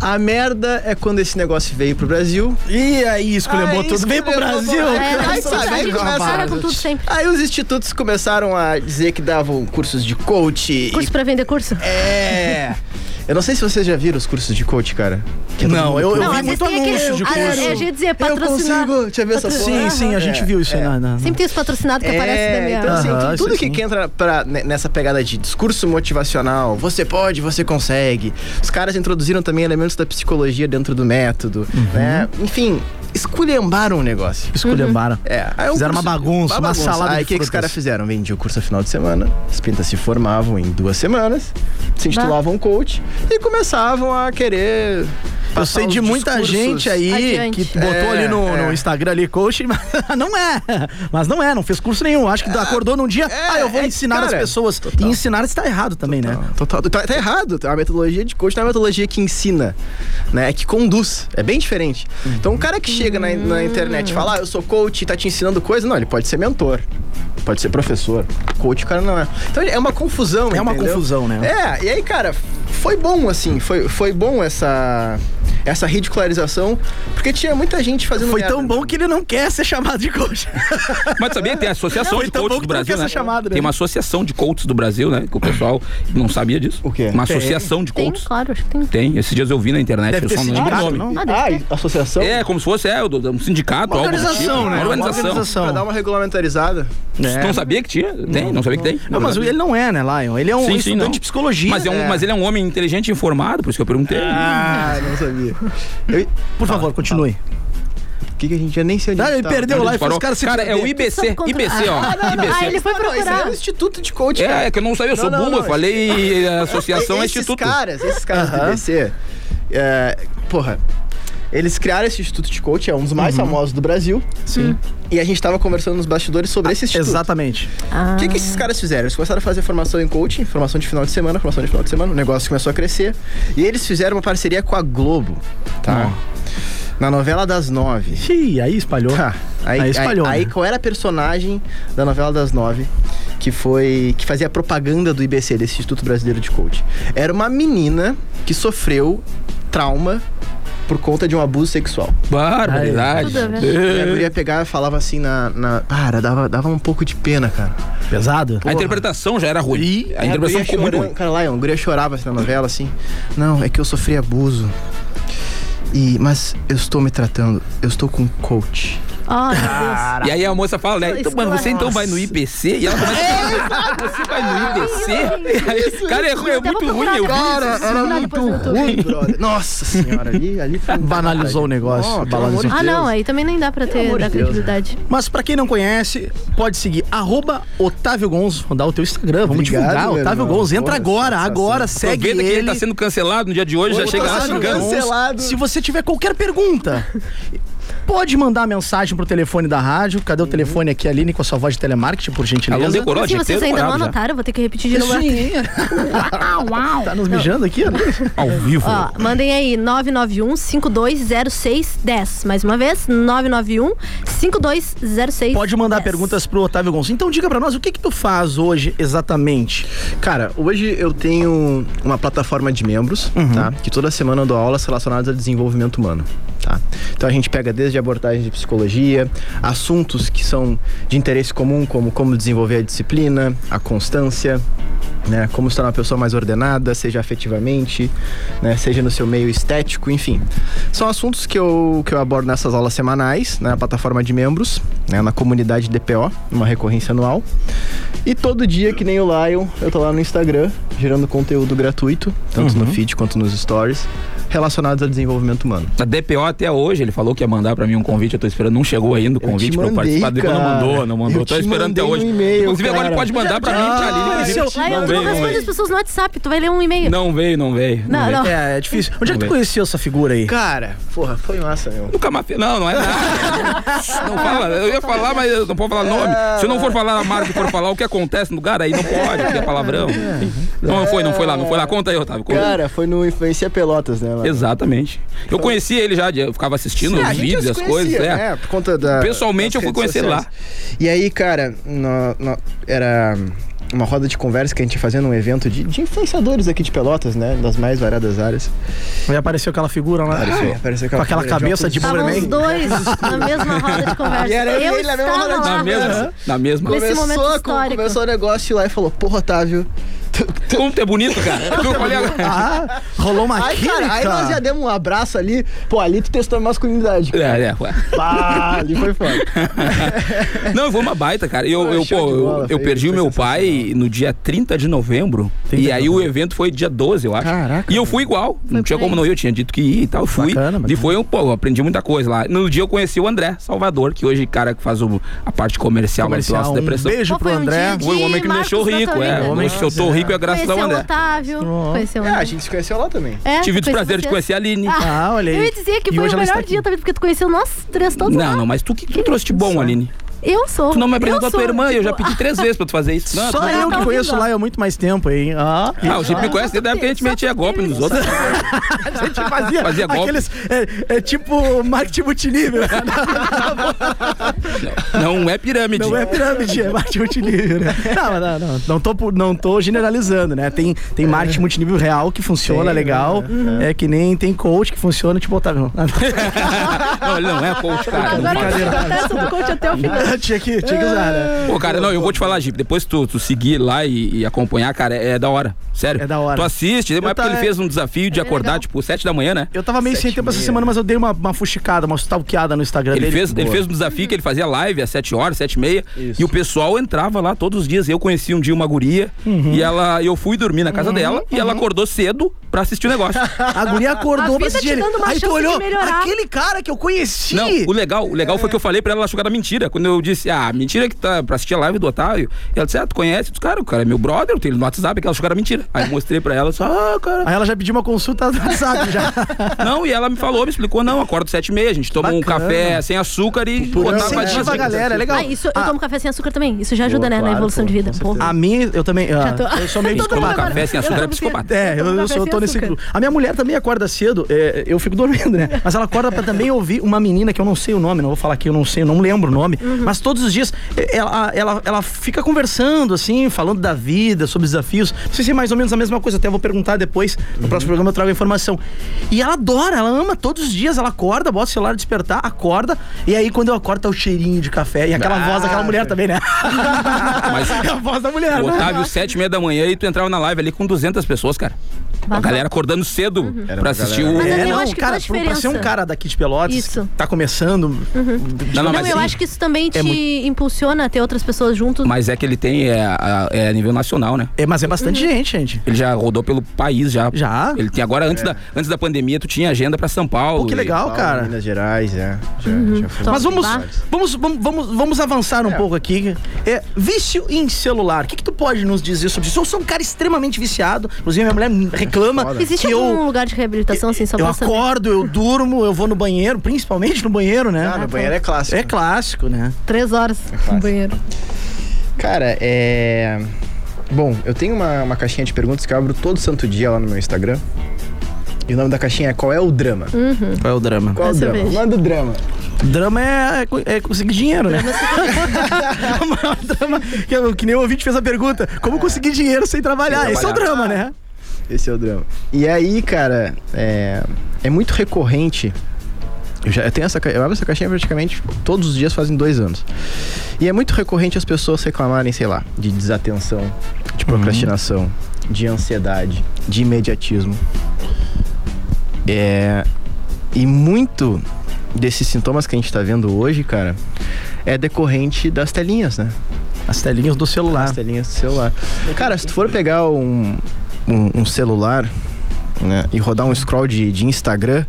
A merda é quando esse negócio veio pro Brasil. E aí, esculhambou tudo. Veio pro Brasil. É, Aí, nós sabe, aí somos começa- para com tudo sempre. Aí os institutos começaram a dizer que davam cursos de coach. Curso pra vender curso? É. Eu não sei se vocês já viram os cursos de coach, cara. Que é todo mundo- não, às vezes tem aquele. ah, é, a gente dizer, patrocinado. consigo te ver essa patro- porra. Sim, sim, a É, gente viu isso aí na- na- Sempre tem os patrocinados que aparecem da minha. então, assim, Aham, tem isso tudo que, que entra pra, ne- nessa pegada de discurso motivacional, você pode, você consegue. Os caras introduziram também elementos da psicologia dentro do método, Uhum. né? Enfim, esculhambaram o negócio. Esculhambaram. É, aí o Fizeram uma bagunça, uma salada Aí de o que, que os frutas. caras fizeram? Vendiam o curso a final de semana, as pintas se formavam em duas semanas, se intitulavam um coach e começavam a querer. Né? Eu passar sei de os muita discursos. gente aí que botou É, ali no, é. no Instagram ali, coach, <laughs> mas não é. Mas não é, não fez curso nenhum. Acho que acordou num dia, ah, eu vou é, ensinar as cara, pessoas. E ensinar está errado também, né? Total, tá, tá errado. A metodologia de coach não é uma metodologia que ensina, né? É que conduz. É bem diferente. Então, o cara que chega na, na internet e fala, ah, eu sou coach e tá te ensinando coisa, não, ele pode ser mentor. Pode ser professor. Coach, o cara não é. Então, é uma confusão, É uma entendeu? confusão, né? É, e aí, cara, foi bom, assim. Foi, foi bom essa, essa ridicularização, porque tinha muita gente fazendo Foi merda. tão bom que ele não quer ser chamado de <laughs> coach. Mas sabia que tem a Associação Foi de tão Coaches do bom que tu não então Brasil, quer né? ser chamado, né? Tem uma associação de coaches do Brasil, né? Que o pessoal não sabia disso. O quê? Uma associação de Tem, coaches. claro, acho que tem. um Tem. Esses dias eu vi na internet, Deve eu ter só não lembro o sindicato, nome. não? Ah, deve ter. Associação? É, como se fosse é, um sindicato, Então, Uma algo do tipo. organização, né? Uma organização. Uma organização. Pra dar uma regulamentarizada. É. Não sabia que tinha? Tem, não sabia que tem. Não, mas ele não é, né, Lion? Ele é um Sim, sim, estudante não. de psicologia. tá. Mas, é um, mas ele é um homem inteligente e informado, por isso que eu perguntei. Ah, não sabia. Eu- Por favor, continue. O que, que a gente já nem sei onde Ah, a gente ele tava. perdeu lá e foi Parou. os caras se Cara, é o IBC, Subcontra- IBC, ó. Ah, <laughs> não, não. Ah, ele IBC. foi Não, esse é procurar. o Instituto de Coach. cara. É, é que eu não sabia, eu sou Não, não, burro, eu não, falei eh, associação é esses instituto. caras, esses caras do IBC, é, porra, eles criaram esse Instituto de Coach, é um dos mais famosos do Brasil. Sim. E a gente tava conversando nos bastidores sobre esse instituto. Exatamente. O que, que esses caras fizeram? Eles começaram a fazer formação em coaching, formação de final de semana, formação de final de semana, o negócio começou a crescer. E eles fizeram uma parceria com a Globo, tá? Na novela das nove. Ih, aí espalhou. Tá. Aí, Ah, Aí espalhou, aí- né? aí qual era a personagem da novela das nove que foi que fazia propaganda do IBC, desse Instituto Brasileiro de Coach? Era uma menina que sofreu trauma por conta de um abuso sexual. Barbaridade. Tudo a ver. E a Eh, guria pegava e falava assim na. na cara, dava, dava um pouco de pena, cara. Pesado? A interpretação já era ruim. a interpretação guria ficou muito chorando- ruim. Cara, Lion, a guria chorava assim, na novela, assim. Não, é que eu sofri abuso. E, mas eu estou me tratando, eu estou com um coach. Ó, Ah, meu Deus. E aí a moça fala, né? Então, mano, você então vai no IBC? E ela começa a falar, você vai no IBC? Aí, Cara, é, é Então, muito ruim, eu vi. Cara, era muito ruim, brother. Nossa senhora, ali, ali foi... <laughs> Banalizou o negócio. Ó, pelo banalizou. Ah, amor de Ah, não, aí também nem dá pra ter amor da de Deus, credibilidade. Mas pra quem não conhece, pode seguir arroba Otávio Gonzo. Vamos dar o teu Instagram, vamos Obrigado, divulgar. meu Otávio irmão. Gonzo, entra Pô, agora, sensação. agora, segue Aproveita ele. que ele tá sendo cancelado no dia de hoje, já chega lá Otávio xingando. Gonzo. Cancelado. Se você tiver qualquer pergunta, pode mandar mensagem pro telefone da rádio. Cadê o telefone aqui, Aline, com a sua voz de telemarketing, por Ela não gentileza? decorou, Se já tem vocês ainda não decorado já. anotaram, eu vou ter que repetir de novo. <laughs> Tá nos mijando aqui, né? Ao vivo. Ó, mandem aí 991-520610. Mais uma vez, 991-520610. Pode mandar perguntas pro Otávio Gonzo. Então diga pra nós, o que que tu faz hoje exatamente? Cara, hoje eu tenho uma plataforma de membros, Uhum. tá? Que toda semana eu dou aulas relacionadas a desenvolvimento humano, tá? Então a gente pega desde abordagem de psicologia, assuntos que são de interesse comum, como como desenvolver a disciplina, a constância, né? Como se tornar uma pessoa mais ordenada, seja afetivamente, né? Seja no seu meio estético, enfim. São assuntos que eu, que eu abordo nessas aulas semanais, né? na plataforma de membros, né? na comunidade DPO, uma recorrência anual. E todo dia, que nem o Lion, eu tô lá no Instagram, gerando conteúdo gratuito, tanto no Uhum. feed quanto nos stories, relacionados a desenvolvimento humano. A DPO até hoje, ele falou que ia mandar pra mim um convite, eu tô esperando, não chegou ainda o convite pra eu mandei, participar. Depois não cara. mandou, não mandou. Eu tô te esperando até mandei hoje. no e-mail, Inclusive agora ele cara. pode mandar pra mim, pra Aline. pra gente. Lion, tu não responde as pessoas no WhatsApp, tu vai ler um e-mail. Não veio, não veio. Não, veio. não. É, é difícil. Onde é que tu conheceu essa figura aí? Cara, porra, foi massa, meu. Nunca mais. fe- Não, não é nada. Não fala. Eu ia falar, mas eu não posso falar nome. Se eu não for falar a marca e for falar o que acontece no lugar, aí não pode, porque é palavrão. Não foi, não foi lá, não foi lá. Conta aí, Otávio. conta. Cara, foi no Influencia Pelotas, né? lá. Exatamente. Eu conhecia ele já, de- eu ficava assistindo Sim, É, a os gente vídeos, já as se coisas. conhecia, é. né? Por conta da. Pessoalmente, eu das fui redes conhecer sociais. lá. E aí, cara, nó- nó- era uma roda de conversa que a gente fazia num evento de, de influenciadores aqui de Pelotas, né? Das mais variadas áreas. Aí apareceu aquela figura lá. Apareceu, Ah, apareceu com aquela figura cabeça de óculos. Estavam os dois na mesma roda de conversa. E era eu e eu ele na mesma estava roda de lá. Na mesma. Na mesma. Nesse momento Começou a- histórico. Começou o negócio lá e falou, porra, Otávio. tu- tu- Como tu é bonito, cara. Tu falei agora. Ah, rolou uma Aí, cara, aí química. nós já demos um abraço ali. Pô, ali tu testou <laughs> a masculinidade. É, cara. é, ué. Pá, ali foi foda. Não, foi uma baita, cara. Eu, eu, show pô, de bola, eu, eu foi- perdi o meu pai no dia 30 de novembro. e aí o evento foi dia 12, eu acho. Caraca. E eu fui igual. não tinha como não ir. Eu tinha dito que ia e tal. Eu fui. E foi, um- pô, eu aprendi muita coisa lá. No dia eu conheci o André Salvador, que hoje, cara, que faz o- a parte comercial, lá do Comercial, Laço um Depressão. beijo Qual pro foi um André. dia de Foi o homem que me Marcos deixou na tua rico, é. vida? O homem que eu tô Nossa, rico é graças ao Conheceu o André. Otávio. Conheceu o É, a André. gente se conheceu lá também. É, Tive o conheci desprazer de vocês. conhecer a Aline. Ah, olha aí. Eu ia dizer que E foi hoje o ela está melhor aqui. dia também, porque tu conheceu nós três todos lá. Não, não, mas tu que, que trouxe de bom, Aline? Eu sou. Tipo, Tu não me apresentou apresentou a tua irmã, eu já pedi três vezes pra tu fazer isso. Não, tu tipo- <laughs> Só não- eu tá que conheço ouvindo, ó. lá é há muito mais tempo, hein? Ah, Ah, o Gito me conhece desde a época que a gente metia golpe nos outros. <laughs> a gente fazia, Fazia golpe. aqueles. É, é tipo marketing multinível. Não é pirâmide. Não é pirâmide, é marketing multinível, né? <laughs> Não, não, não. Não tô, pu- não tô generalizando, né? Tem, tem marketing multinível real que funciona Tem, legal. É que nem tem coach que funciona, tipo, Otávio. Não, ele não é coach, cara. Não Agora faz. que acontece do coach até o final. <laughs> tinha, que, tinha que usar, né? Pô, cara, não, eu vou te falar, Jeep. Depois tu, tu seguir lá e, e acompanhar, cara, é, é da hora. Sério. É da hora. Tu assiste, mas Eu porque tá- ele fez um desafio de acordar, tipo, sete da manhã, né? Eu tava meio sem tempo essa semana, mas eu dei uma, uma fuxicada, uma stalkeada no Instagram Ele dele. fez, ele Boa. fez um desafio que ele fazia live às 7 horas, 7 e meia. E o pessoal entrava lá todos os dias. Eu conheci um dia uma guria Uhum. e ela, eu fui dormir na casa dela e ela acordou cedo pra assistir o <laughs> negócio. A guria acordou A vida pra assistir te ele. dando uma Aí tu chance de olhou, melhorar. aquele cara que eu conheci. Não, o legal, o É. legal foi que eu falei pra ela, ela achou que era mentira. Quando eu disse, ah, mentira que tá pra assistir a live do Otávio. Ela disse, ah, tu conhece? Eu disse, cara, o cara é meu brother, eu tenho ele no WhatsApp, que ela achou que era mentira. Aí eu mostrei pra ela, eu disse, ah, <laughs> cara. Aí ela já pediu uma consulta no WhatsApp já. Não, e ela me falou, me explicou, não, acordo sete e meia, a gente toma um Bacana. café sem açúcar e Otávio faz Incentiva a umas dicas. galera, é legal. Ah, isso, eu Ah. tomo café sem açúcar também. Isso já ajuda, Boa, né, claro, na evolução pô, de vida. com Pô, certeza. A minha, eu também. ah, tô- Eu <laughs> sou meio Quem toma psicopata. café sem açúcar é psicopata. É, eu, eu, sou, eu tô nesse grupo. A minha mulher também acorda cedo, é, eu fico dormindo, né? Mas ela acorda pra também ouvir uma menina que eu não sei o nome, não vou falar aqui, eu não sei, eu não lembro o nome. Mas todos os dias é, ela, ela, ela fica conversando, assim, falando da vida, sobre desafios. Não sei se é mais ou menos a mesma coisa, até vou perguntar depois. No próximo Uhum. programa eu trago a informação. E ela adora, ela ama todos os dias, ela acorda, bota o celular despertar, acorda. E aí quando eu acordo tá o cheirinho de café e aquela voz daquela mulher também, né? Ah, Mas <laughs> é a voz da mulher, o né? Otávio, sete e meia da manhã, e tu entrava na live ali com 200 pessoas, cara. A galera acordando cedo pra assistir o... Mas Uhum. É, eu não, acho que cara, faz pra- pra ser um diferença. cara daqui de Pelotas, Isso. Uhum. que tá começando. Não, não, Não, mas, eu é acho que isso também te impulsiona a ter outras pessoas junto. mas é que ele tem, é, a- é a nível nacional, né? É, mas é bastante Uhum. gente, gente. Ele já rodou pelo país, já. Já? Ele tem agora, antes, da, antes da pandemia, tu tinha agenda pra São Paulo. Pô, que e- legal, cara. Minas Gerais, é. Já, já foi. Mas vamos, Tá. vamos, vamos, vamos, vamos avançar um pouco aqui. É, vício em celular. O que, que tu pode nos dizer sobre isso? Eu sou um cara extremamente viciado. Inclusive, minha mulher me É reclama. Existe um- que algum eu, lugar de reabilitação, assim, só eu pra saber? acordo, eu durmo, eu vou no banheiro, principalmente no banheiro, né? Ah, no banheiro é clássico. É clássico, né? Três horas no banheiro. Cara, é. Bom, eu tenho uma, uma caixinha de perguntas que eu abro todo santo dia lá no meu Instagram. E o nome da caixinha é Qual é o Drama? Uhum. Qual é o drama? Qual é o Essa eu drama? vejo. Manda o drama. Drama é, é conseguir dinheiro, né? <laughs> É o maior drama que, eu- que nem o ouvinte fez a pergunta. Como conseguir dinheiro sem trabalhar? Esse é o drama, né? Esse é o drama. E aí, cara, é, é muito recorrente. Eu, já, eu, tenho essa, ca- eu abro essa caixinha praticamente todos os dias fazem dois anos. E é muito recorrente as pessoas reclamarem, sei lá, de desatenção, de Uhum. procrastinação, de ansiedade, de imediatismo. É, e muito desses sintomas que a gente tá vendo hoje, cara, é decorrente das telinhas, né? As telinhas do celular. As telinhas do celular. Cara, se tu for pegar um, um, um celular né, e rodar um scroll de, de Instagram,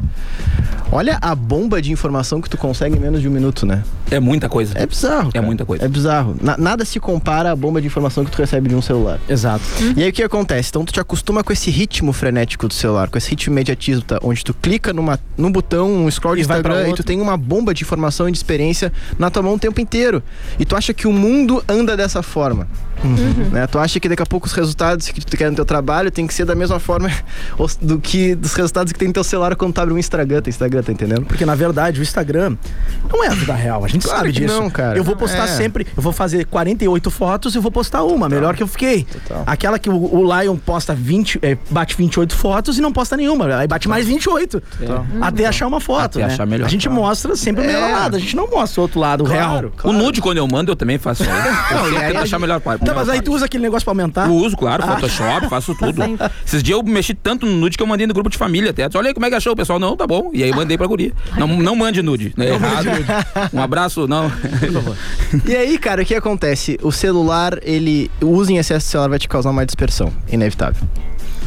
olha a bomba de informação que tu consegue em menos de um minuto, né? É muita coisa. É bizarro. É muita coisa. É bizarro. Na- nada se compara à bomba de informação que tu recebe de um celular. Exato. E aí o que acontece? Então tu te acostuma com esse ritmo frenético do celular, com esse ritmo imediatismo, tá? onde tu clica numa, num botão, um scroll de E vai pra Instagram e tu outro. tem uma bomba de informação e de experiência na tua mão o tempo inteiro. E tu acha que o mundo anda dessa forma. Né? Tu acha que daqui a pouco os resultados que tu quer no teu trabalho tem que ser da mesma forma <laughs> os- do que dos resultados que tem no teu celular quando tu abre um Instagram, teu Instagram, tá entendendo? Porque na verdade o Instagram não é a vida real, a gente Claro sabe que disso. não, cara. Eu vou postar É. sempre, eu vou fazer 48 fotos e vou postar uma, melhor que eu fiquei. Aquela que o, o Lion posta 20, é, bate 28 fotos e não posta nenhuma, aí bate mais 28. Total. Até achar uma foto, Até né? achar melhor. É. A gente mostra sempre o melhor lado, a gente não mostra o outro lado, o real. O nude, quando eu mando, eu também faço. Eu sempre tento achar melhor parte. Tá, mas aí tu usa aquele negócio pra aumentar? Eu uso, claro, Ah. Photoshop, faço tudo. Esses dias eu mexi tanto no nude que eu mandei no grupo de família até. Disse, Olha aí como é que achou o pessoal. Não, tá bom. E aí eu mandei pra guria. Não, não mande nude. Né? Errado. Um abraço, não. E aí, cara, o que acontece? O celular, ele. O uso em excesso do celular vai te causar uma dispersão. Inevitável.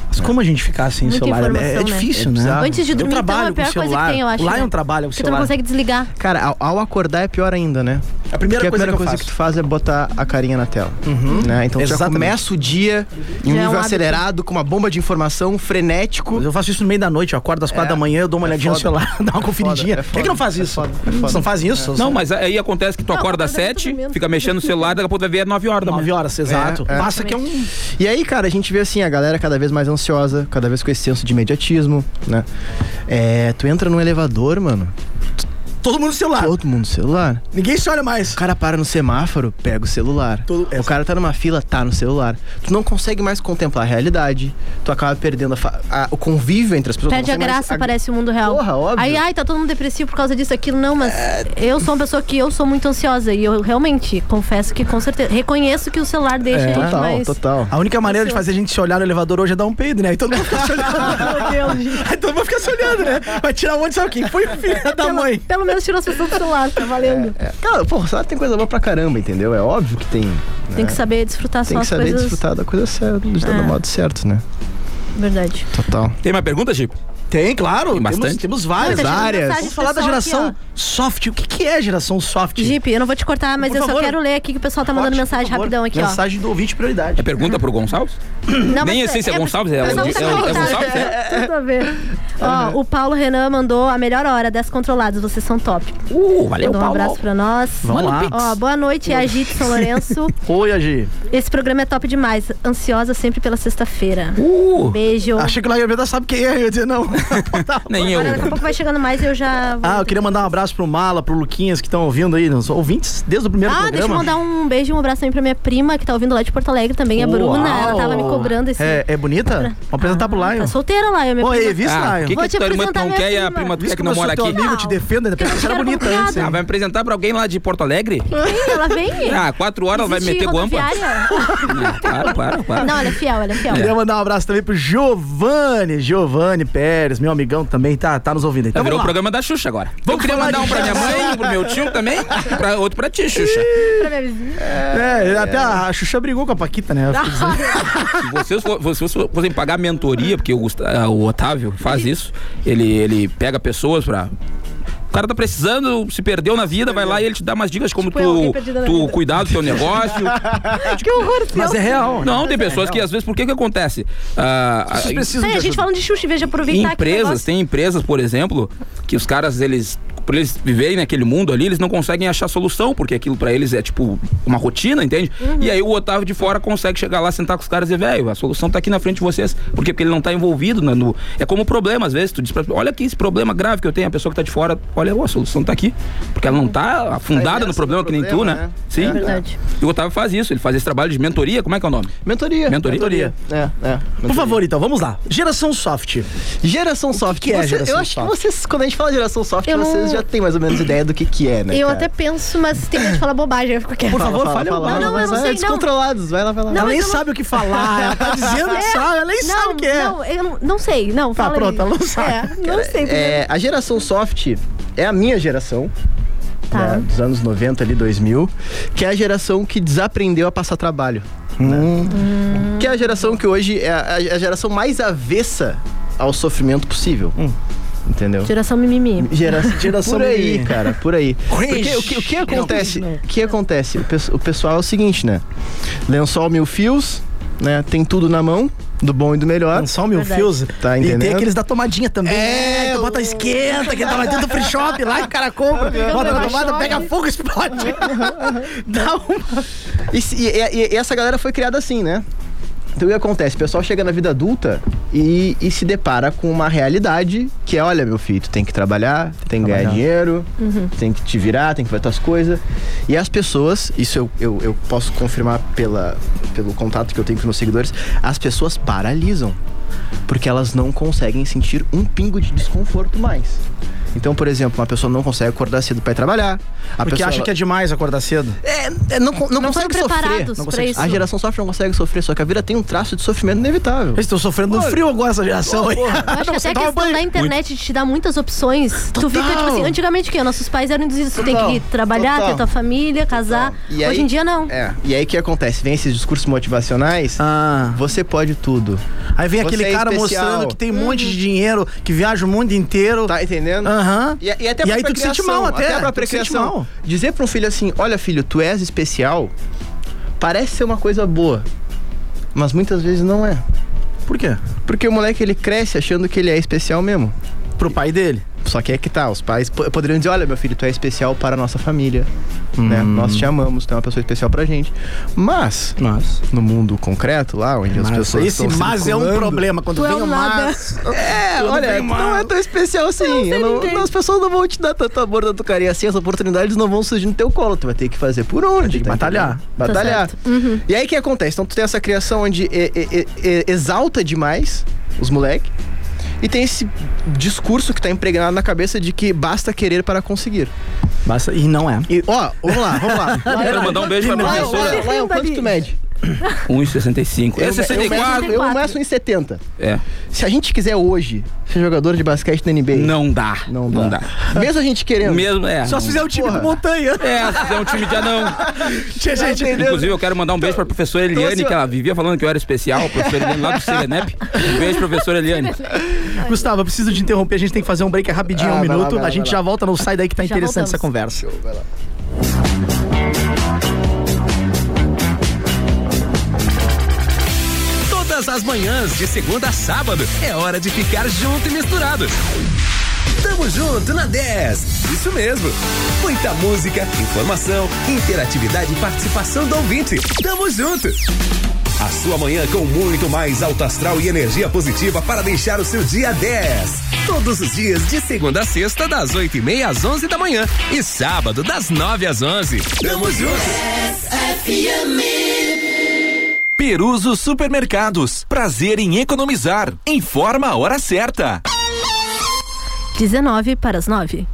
Mas como a gente ficar assim, Muita celular? É, é informação, né? difícil, É né? bizarro. Antes de Eu dormir, então, é trabalho a pior coisa com que celular. tem, eu acho. Lá é né? um trabalho, o Porque tu celular. não consegue desligar. Cara, ao, ao acordar é pior ainda, né? A primeira Porque coisa a primeira que eu coisa faço. que tu faz é botar a carinha na tela. Uhum. Né? Então tu já Exatamente. começa o dia em um Já é um nível hábito. acelerado, com uma bomba de informação, frenético. Eu faço isso no meio da noite, eu acordo às quatro da manhã, eu dou uma É olhadinha no foda. celular, <laughs> dá uma conferidinha. foda, é Por que, que não faz isso? Vocês não fazem isso? Não, mas aí acontece que tu acorda às sete, fica mexendo no celular, daqui a pouco vai ver é nove horas da manhã. 9 horas, exato. É, é. Passa que é um. E aí, cara, a gente vê assim, a galera cada vez mais ansiosa, cada vez com esse senso de imediatismo, né? É, tu entra num elevador, mano. Todo mundo no celular. Todo mundo no celular. Ah. Ninguém se olha mais. O cara para no semáforo, pega o celular. O cara tá numa fila, tá no celular. Tu não consegue mais contemplar a realidade. Tu acaba perdendo a fa- a- o convívio entre as pessoas. tu não Perde a consegue mais graça, parece o mundo real. Porra, óbvio. É. Aí, ai, tá todo mundo depressivo por causa disso, aquilo. Não, mas eu sou uma pessoa que eu sou muito ansiosa. E eu realmente confesso que, com certeza, reconheço que o celular deixa a gente mais... É, total. A única maneira de fazer a gente se olhar no elevador hoje é dar um peido, né? Aí todo mundo fica se <laughs> Meu olhando. <laughs> Deus, gente. <laughs> Aí todo mundo fica se olhando, né? Vai tirar onde, sabe quem? Foi o filho um da mãe. Pelo menos tirou as pessoas do celular, tá valendo. Cara, porra, celular tem coisa boa pra caramba, entendeu? É óbvio que tem. Tem que saber desfrutar só Tem que as saber coisas. desfrutar da coisa certa, do É. modo certo, né? Verdade. Total. Tem mais pergunta, Chico? Tem, claro. Tem bastante. Temos, temos várias Não, tá chegando áreas. mensagem Vamos falar da pessoal geração aqui, soft. O que, que é geração soft? Jeep, eu não vou te cortar, mas Por eu só favor. quero ler aqui que o pessoal tá mandando Corte, mensagem por favor. rapidão aqui, Mensagem do ouvinte prioridade. É pergunta pro Gonçalves? ó. Nem eu sei se é Gonçalves, é, o o- é, o- é Gonçalves? É? tá Tudo a ver. Ó, o Paulo Renan mandou a melhor hora, descontrolados, vocês são top. Uh, valeu, Mandou um Paulo. abraço pra nós. Vamos lá. Ó, boa noite, é a Gite São <laughs> Lourenço. É, Oi, Agi. Esse programa é top demais. Ansiosa sempre pela sexta-feira. Uh, Beijo. Achei que lá ia ver, sabe quem é? Eu ia <laughs> dizer não. nem eu. Agora, daqui a pouco vai chegando mais e eu já. vou- Ah, eu queria mandar um abraço pro Mala, pro Luquinhas que estão ouvindo aí, nos ouvintes, desde o primeiro Ah, programa. deixa eu mandar um beijo e um abraço também pra minha prima que tá ouvindo lá de Porto Alegre também, a Bruna. Ela tava me cobrando esse. É, é bonita? Vou apresentar pro Lion. Tá solteira lá, eu minha Oi, prima. viu, Ah, Lion? que Vou que te tua irmã apresentar não minha quer e a prima. prima tu Viu quer que não como eu mora sou teu aqui? amigo, te defendo, ainda pensei que você era Porque eu bonita quero antes. Ah, hein? vai apresentar pra alguém lá de Porto Alegre? Vem, ela vem. Ah, quatro horas ela vai Existe meter guampa? rodoviária? Não, Claro, claro, claro. Não, ela é fiel, ela é fiel. Queria mandar um abraço também pro Giovanni, Giovanni Pérez, meu amigão que também, tá, tá nos ouvindo. Então, Já virou um o vamos lá. programa da Xuxa agora. eu queria falar mandar de um pra minha Xuxa. mãe, um pro meu tio também, pra outro pra ti, <laughs> Xuxa. Pra minha vizinha. É, até a Xuxa brigou com a Paquita, né? Ah. Se vocês, for- vocês for- fossem pagar mentoria, porque o, Gust- ah, o Otávio faz isso, ele, ele pega pessoas pra. O cara tá precisando, se perdeu na vida, vai lá e ele te dá umas dicas de como é Tipo, eu, alguém tu, perdido na tu vida. cuidar <laughs> do teu negócio. Que horror, seu. Mas é real, né? Não, tem pessoas que às vezes, por que que acontece? Ah, Vocês ah, precisam Tem de a gente ajuda. falando de Xuxa, veja, Em aproveitar que o empresas, negócio- tem empresas, por exemplo, que os caras, eles. Por eles viverem naquele mundo ali, eles não conseguem achar solução, porque aquilo pra eles é tipo uma rotina, entende? E aí o Otávio de fora consegue chegar lá, sentar com os caras e dizer, velho, a solução tá aqui na frente de vocês. Por quê? Porque ele não tá envolvido na- no. É como problema, às vezes, tu diz pra olha aqui esse problema grave que eu tenho, a pessoa que tá de fora, olha, ó, a solução tá aqui. Porque ela não tá afundada no imersa problema, no que nem tu, problema, né? né? Sim. É verdade. E o Otávio faz isso, ele faz esse trabalho de mentoria, como é que é o nome? Mentoria. Mentoria. É, é. Por favor, então, vamos lá. Geração soft. Geração soft. que é Você- geração eu acho soft? que vocês, quando a gente fala geração soft, Eu não- vocês já tem mais ou menos ideia do que que é, né? eu cara? até penso, mas tem medo de falar bobagem. Eu fico quieta. Por favor, fale Não, alguma não, coisa, eu não mas sei. é descontrolados, vai lá, vai lá. Não, Ela nem mas eu sabe o que falar, ela tá dizendo que sabe, ela nem não, sabe o que é. Não, eu não, não sei. Não, Tá, fala aí. pronto, ela não sabe. É, não sei. É, a geração soft é a minha geração. Tá. Ah. né, dos anos 90 ali, 2000, que é a geração que desaprendeu a passar trabalho. né? Que é a geração que hoje é a, a geração mais avessa ao sofrimento possível. Entendeu? Geração mimimi. Gera- geração por aí, cara, por aí. Porque o que, o que Não, acontece? cringe, O que acontece? O, pes- o pessoal é o seguinte, né? Lençol mil fios, né? Tem tudo na mão, do bom e do melhor. Lençol mil Verdade. fios. tá E tem entendendo? aqueles da tomadinha também. É, tu bota esquenta, que tava dentro do free shop lá, que o cara compra, Aham. bota na Aham. tomada, pega fogo, <laughs> explode. Dá uma. E, se- e- e- e essa galera foi criada assim, né? Então o que acontece? O pessoal chega na vida adulta e, e se depara com uma realidade que é, olha, meu filho, tu tem que trabalhar, tem que ganhar trabalhar. dinheiro, Uhum. tem que te virar, tem que fazer tuas coisas. E as pessoas, isso eu, eu, eu posso confirmar pela, pelo contato que eu tenho com os meus seguidores, as pessoas paralisam. Porque elas não conseguem sentir um pingo de desconforto mais. Então, por exemplo, uma pessoa não consegue acordar cedo pra ir trabalhar. A Porque pessoa, acha que é demais acordar cedo. É, é, não, con- não, Não consegue foram sofrer. preparados Não pra consegue- isso. A geração sofre não consegue sofrer, só que a vida tem um traço de sofrimento inevitável. Eles estão sofrendo no frio agora, essa geração aí. Eu acho que até a um um questão da internet te dá muitas opções. Tu fica, tipo assim, antigamente o quê? Nossos pais eram induzidos. Tu tem que ir trabalhar, Total. ter tua família, casar. E aí- Hoje em dia não. É. E aí o que acontece? Vem esses discursos motivacionais. Ah. Você pode tudo. Aí vem é aquele cara mostrando que tem um monte Uhum. de dinheiro, que viaja o mundo inteiro. Tá entendendo? Aham. E, é e até a E aí própria tu te sente criação, mal até. a própria tu te sente criação. mal. Dizer pra um filho assim, olha filho, tu és especial, parece ser uma coisa boa, mas muitas vezes não é. Por quê? Porque o moleque ele cresce achando que ele é especial mesmo. Pro pai dele. Só que é que tá, os pais po- poderiam dizer, olha meu filho, tu é especial para a nossa família, né? Hum. Nós te amamos, tu é uma pessoa especial pra gente. Mas, no mundo concreto lá, onde as Mas pessoas esse estão mas é um circulando- problema, quando Tu é vem um o nada. mas- É, Quando olha, vem tu o não é tão especial assim. eu não- as pessoas não vão te dar tanto amor, tanto carinho assim. As oportunidades não vão surgir no teu colo. Tu vai ter que fazer por onde? que tá batalhar. entendendo? Batalhar. E aí o que acontece? Então tu tem essa criação onde é- é- é- é- exalta demais os moleques. E tem esse discurso que tá impregnado na cabeça de que basta querer para conseguir. Basta, e não é. E, ó, vamos lá, vamos <laughs> lá. Quero mandar um beijo pra minha Lion, professora. Lion, Lion, quanto tu mede? 1,65. É 64. Eu meço em 70. É. Se a gente quiser hoje ser jogador de basquete na NBA. Não dá. Não dá. Mesmo a gente querendo. Mesmo, é. Só se fizer um time com montanha. É, se fizer um time de <laughs> anão. Tinha gente- Inclusive, eu quero mandar um beijo pra professora Então, Eliane, assim, ó. que ela vivia falando que eu era especial, a professora Eliane lá do Serenep. Um beijo, professora Eliane. Gustavo, eu preciso te interromper, a gente tem que fazer um break rapidinho, Ah, um vai lá, minuto. vai lá, a gente vai já lá. volta, não sai daí que tá Já interessante essa voltamos. conversa. Todas as manhãs, de segunda a sábado, é hora de ficar junto e misturado. Tamo junto na 10. Isso mesmo. Muita música, informação, interatividade e participação do ouvinte. Tamo junto. A sua manhã com muito mais alto astral e energia positiva para deixar o seu dia 10. Todos os dias, de segunda a sexta, das 8 e meia às 11 da manhã. E sábado, das 9 às 11. Tamo junto. Peruso Supermercados. Prazer em economizar. Informa a hora certa. 19 para as 9.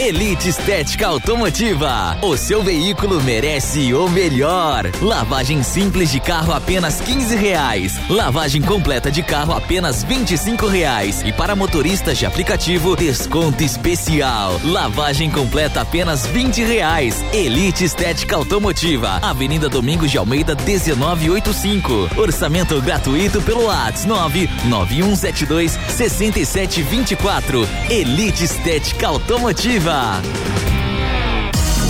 Elite Estética Automotiva. O seu veículo merece o melhor. Lavagem simples de carro apenas 15 reais. Lavagem completa de carro apenas 25 reais. E para motoristas de aplicativo, desconto especial. Lavagem completa apenas 20 reais. Elite Estética Automotiva. Avenida Domingos de Almeida 1985. Orçamento gratuito pelo ATS 99172 6724. Elite Estética Automotiva.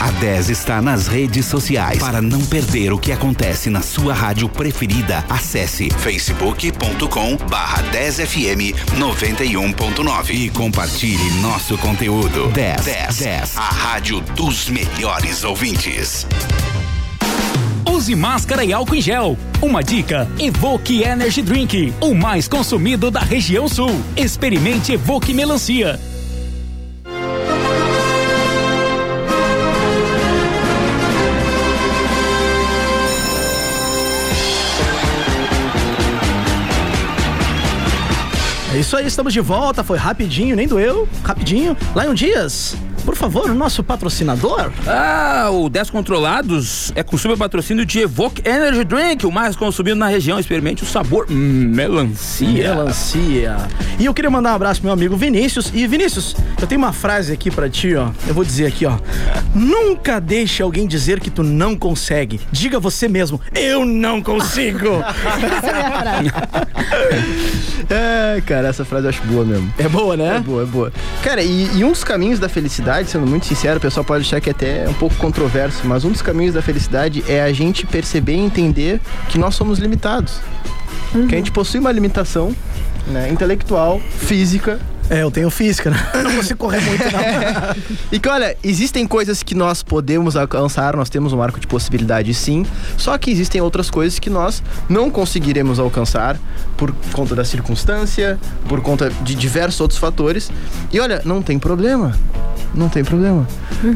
A 10 está nas redes sociais. Para não perder o que acontece na sua rádio preferida, acesse facebook.com barra 10fm 91.9 e compartilhe nosso conteúdo. 10, 10, 10, a rádio dos melhores ouvintes. Use máscara e álcool em gel. Uma dica: Evoque Energy Drink, o mais consumido da região sul. Experimente Evoque Melancia. É isso aí, estamos de volta. Foi rapidinho, nem doeu. Rapidinho. Lion Dias, por favor, nosso patrocinador. Ah, o Descontrolados é consumo e patrocínio de Evoque Energy Drink, o mais consumido na região. Experimente o sabor melancia. Melancia. E eu queria mandar um abraço pro meu amigo Vinícius. E Vinícius, eu tenho uma frase aqui pra ti, ó. Eu vou dizer aqui, ó. Nunca deixe alguém dizer que tu não consegue. Diga você mesmo, eu não consigo. Essa é a minha frase. É, cara, essa frase eu acho boa mesmo. <laughs> É boa, né? É boa, é boa. Cara, e, e um dos caminhos da felicidade, sendo muito sincero, o pessoal pode achar que até é um pouco controverso, mas um dos caminhos da felicidade é a gente perceber e entender que nós somos limitados. Que a gente possui uma limitação né, intelectual, física. É, eu tenho física, né? Não consigo correr muito, não. e que, olha, existem coisas que nós podemos alcançar, nós temos um marco de possibilidade, sim. Só que existem outras coisas que nós não conseguiremos alcançar por conta da circunstância, por conta de diversos outros fatores. E olha, não tem problema. Não tem problema.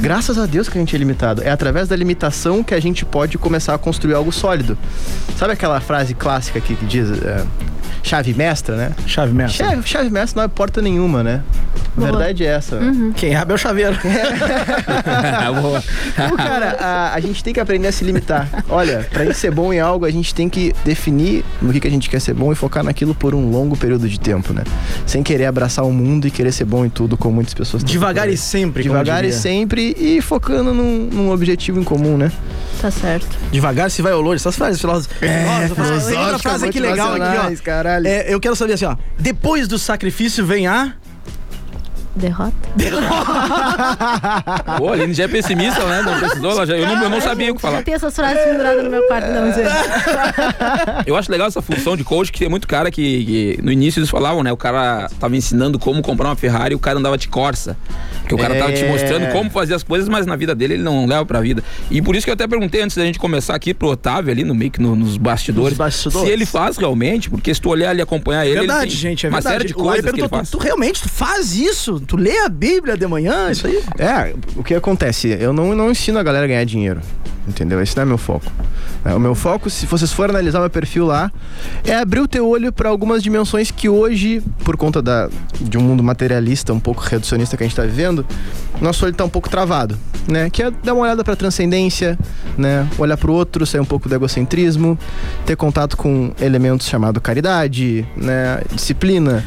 Graças a Deus que a gente é limitado. É através da limitação que a gente pode começar a construir algo sólido. Sabe aquela frase clássica que que diz é, chave mestra, né? <laughs> Chave mestra. Chave, chave mestra não é porta nenhuma, né? A Boa. verdade é essa. Quem abre é o chaveiro. Ah, Então, cara, a, a gente tem que aprender a se limitar. Olha, pra gente ser bom em algo, a gente tem que definir no que, que a gente quer ser bom e focar naquilo por um longo período de tempo, né? Sem querer abraçar o mundo e querer ser bom em tudo, como muitas pessoas têm. Devagar e sempre, como Devagar e diria. sempre e focando num, num objetivo em comum, né? Tá certo. Devagar se vai ao longe. Essas frases filosóficas. É, outra filosóficas, frase aqui legal aqui, motivacionais, ó. É, eu quero saber assim, ó. Depois do sacrifício vem a. Derrota. Pô, a Aline já é pessimista, né? Não precisou, ela já, eu, não, eu não sabia o que falar. Tem essas frases penduradas no meu quarto, não, Zé. É. Eu acho legal essa função de coach, que tem muito cara que, que no início eles falavam, né? O cara tava ensinando como comprar uma Ferrari e o cara andava de Corsa. Porque o cara tava te É. mostrando como fazer as coisas, mas na vida dele ele não leva pra vida. E por isso que eu até perguntei antes da gente começar aqui pro Otávio ali, no meio que no- nos bastidores, se ele faz realmente, porque se tu olhar ali e acompanhar ele, verdade, ele tem gente, é uma verdade. série de O Lai coisas que ele perguntou, faz. tu, tu realmente tu faz isso? Tu lê a Bíblia de manhã? Isso aí? É, o que acontece? Eu não, não ensino a galera a ganhar dinheiro. Entendeu? Esse não é meu foco. É, o meu foco, se vocês forem analisar meu perfil lá, é abrir o teu olho para algumas dimensões que hoje, por conta da, de um mundo materialista, um pouco reducionista que a gente tá vivendo, nosso olho tá um pouco travado, né? Que é dar uma olhada pra transcendência, né? Olhar pro outro, sair um pouco do egocentrismo, ter contato com elementos chamado caridade, né? Disciplina.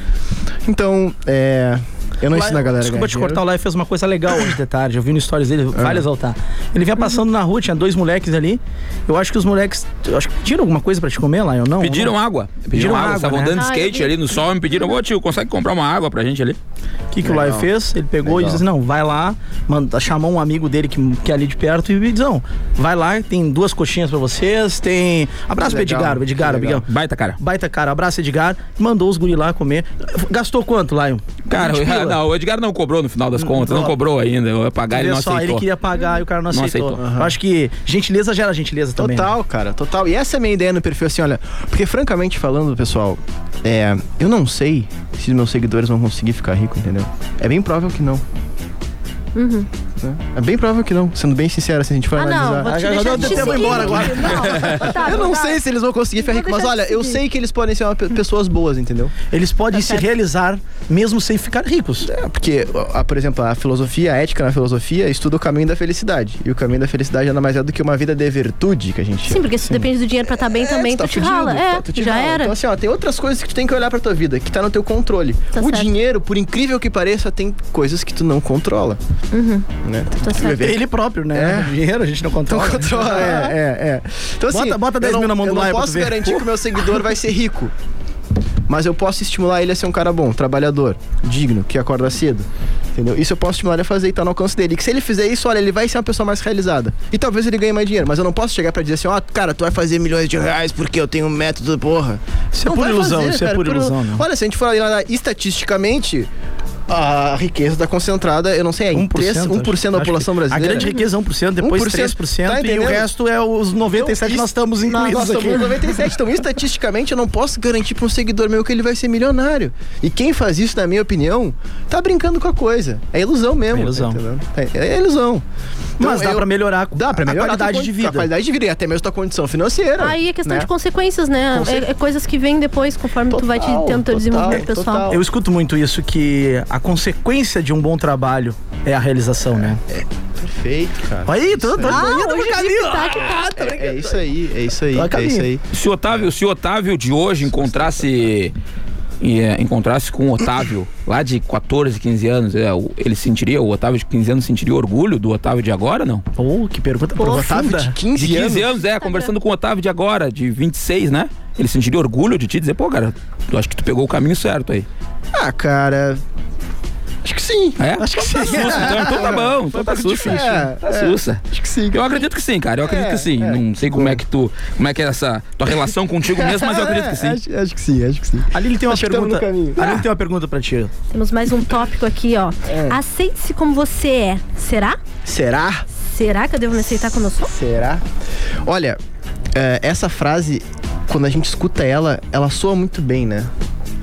Então, é... Eu não Lai- ensino a galera a Desculpa ganhar te dinheiro. É. cortar, o Lai fez uma coisa legal hoje de tarde. Eu vi no stories dele, vale exaltar. Ele vinha passando na rua, tinha dois moleques ali. Eu acho que os moleques. Eu acho que pediram alguma coisa pra te comer lá, eu não? Pediram ah. Não. água. Pediram água. Estavam né? andando de skate ali no sol e me pediram, ô tio, consegue comprar uma água pra gente ali? O que, que o Lai fez? Ele pegou e Legal. disse: assim, Não, vai lá, manda, chamou um amigo dele que, que é ali de perto e diz: Não, vai lá, tem duas coxinhas pra vocês, tem. Abraço pro Legal, Edgar, o Edgar, que legal. obrigado. Baita cara. Baita cara, abraço Edgar, mandou os guri lá comer. Gastou quanto, Lion? Cara, Vinte o, pila? não, o Edgar não cobrou no final das contas, não não. cobrou ainda. Eu ia pagar, ele Olha não só, aceitou. ele queria pagar e o cara não Não aceitou. aceitou. Eu acho que gentileza gera gentileza também. né? Total, cara, total. E essa é a minha ideia no perfil, assim, olha. Porque, francamente falando, pessoal, é, eu não sei se os meus seguidores vão conseguir ficar rico, entendeu? É bem provável que não. Uhum. né? É bem provável que não, sendo bem sincero, se a gente for Ah, não, analisar. vou te já deixar deu te tempo, eu vou seguir, embora agora. não, tá, <laughs> eu não tá. sei se eles vão conseguir ficar Vou ricos, mas deixar olha, te eu seguir. sei que eles podem ser uma pe- pessoas boas, entendeu? Eles Tá podem se realizar mesmo sem ficar ricos. É, porque, ó, a- por exemplo, a filosofia, a ética na filosofia estuda o caminho da felicidade. E o caminho da felicidade nada mais é do que uma vida de virtude que a gente Sim, porque se tu depende do dinheiro pra estar bem também, tu, tá te fudido, rala. tá- É, tu te já rala. era. Então, assim, ó, tem outras coisas que tu tem que olhar pra tua vida, que tá no teu controle. o certo. dinheiro, por incrível que pareça, tem coisas que tu não controla. Uhum. Né? Tem que certo. ver. Ele próprio, né? O dinheiro a gente não controla. É. Não <laughs> controla, é, é, é. Então, assim, Bota- bota eu 10 mil não- na mão do Eu Maia não pra tu <laughs> posso ver. garantir que o meu seguidor vai ser rico. Mas eu posso estimular ele a ser um cara bom, trabalhador, digno, que acorda cedo. Entendeu? Isso eu posso estimular ele a fazer e tá no alcance dele. E que se ele fizer isso, olha, ele vai ser uma pessoa mais realizada. E talvez ele ganhe mais dinheiro, mas eu não posso chegar pra dizer assim, ó, cara, tu vai fazer milhões de reais porque eu tenho um método, porra. Isso é Não pura vai ilusão, isso é pura puro- ilusão, né? Olha, se a gente for olhar estatisticamente, a riqueza tá concentrada, eu não sei, é um em 3, 1% da população brasileira. Um A grande riqueza é 1%, depois 3%, tá e o entendendo? resto é os 97 que Então, nós estamos isso- incluídos Nós aqui. estamos em 97. Então, estatisticamente, eu não posso garantir para um seguidor meu que ele vai ser milionário. E quem faz isso, na minha opinião, tá brincando com a coisa. É ilusão mesmo. É ilusão. entendeu? É, é ilusão. Então, Mas dá pra melhorar, dá pra a melhorar qualidade tua con- de vida. A qualidade de vida e até mesmo tua condição financeira. Aí é questão né? de consequências, né? É- Com É, certeza. coisas que vêm depois, conforme tu vai te, tendo teu desenvolvimento pessoal. Eu escuto muito isso, que a consequência de um bom trabalho é a realização, né? Perfeito, cara. Olha aí, tô, tô Ah, tô indo no hoje é caminho. de Ah, É, é isso aí, é isso aí, Tá a é isso aí. Se o Otávio, se o Otávio de hoje encontrasse é, encontrasse com o Otávio lá de 14, 15 anos, é, o- ele sentiria, o Otávio de 15 anos sentiria orgulho do Otávio de agora, não? Pô, Oh, que pergunta pro Otávio de 15 De 15 anos. anos, é, conversando com o Otávio de agora, de 26, né? Ele sentiria orgulho de ti, dizer, pô, cara, eu acho que tu pegou o caminho certo aí. Ah, cara. Acho que sim. É? Acho que sim. Então, então tá bom, Foi então um tá pouco sussa. difícil. Tá É, sussa. Acho que sim. Eu acredito que sim, cara. Eu acredito que sim. Não sei como é que tu. Como é que é essa tua relação contigo mesmo, <laughs> mas eu acredito que sim. Acho, acho que sim, acho que sim. Ali ele tem uma Acho que tamo pergunta. no caminho. Ali ele tem uma pergunta pra ti. Temos mais um tópico aqui, ó. É. Aceite-se como você é. Será? Será? Será que eu devo me aceitar como eu sou? É Será? Olha, é, essa frase, quando a gente escuta ela, ela soa muito bem, né?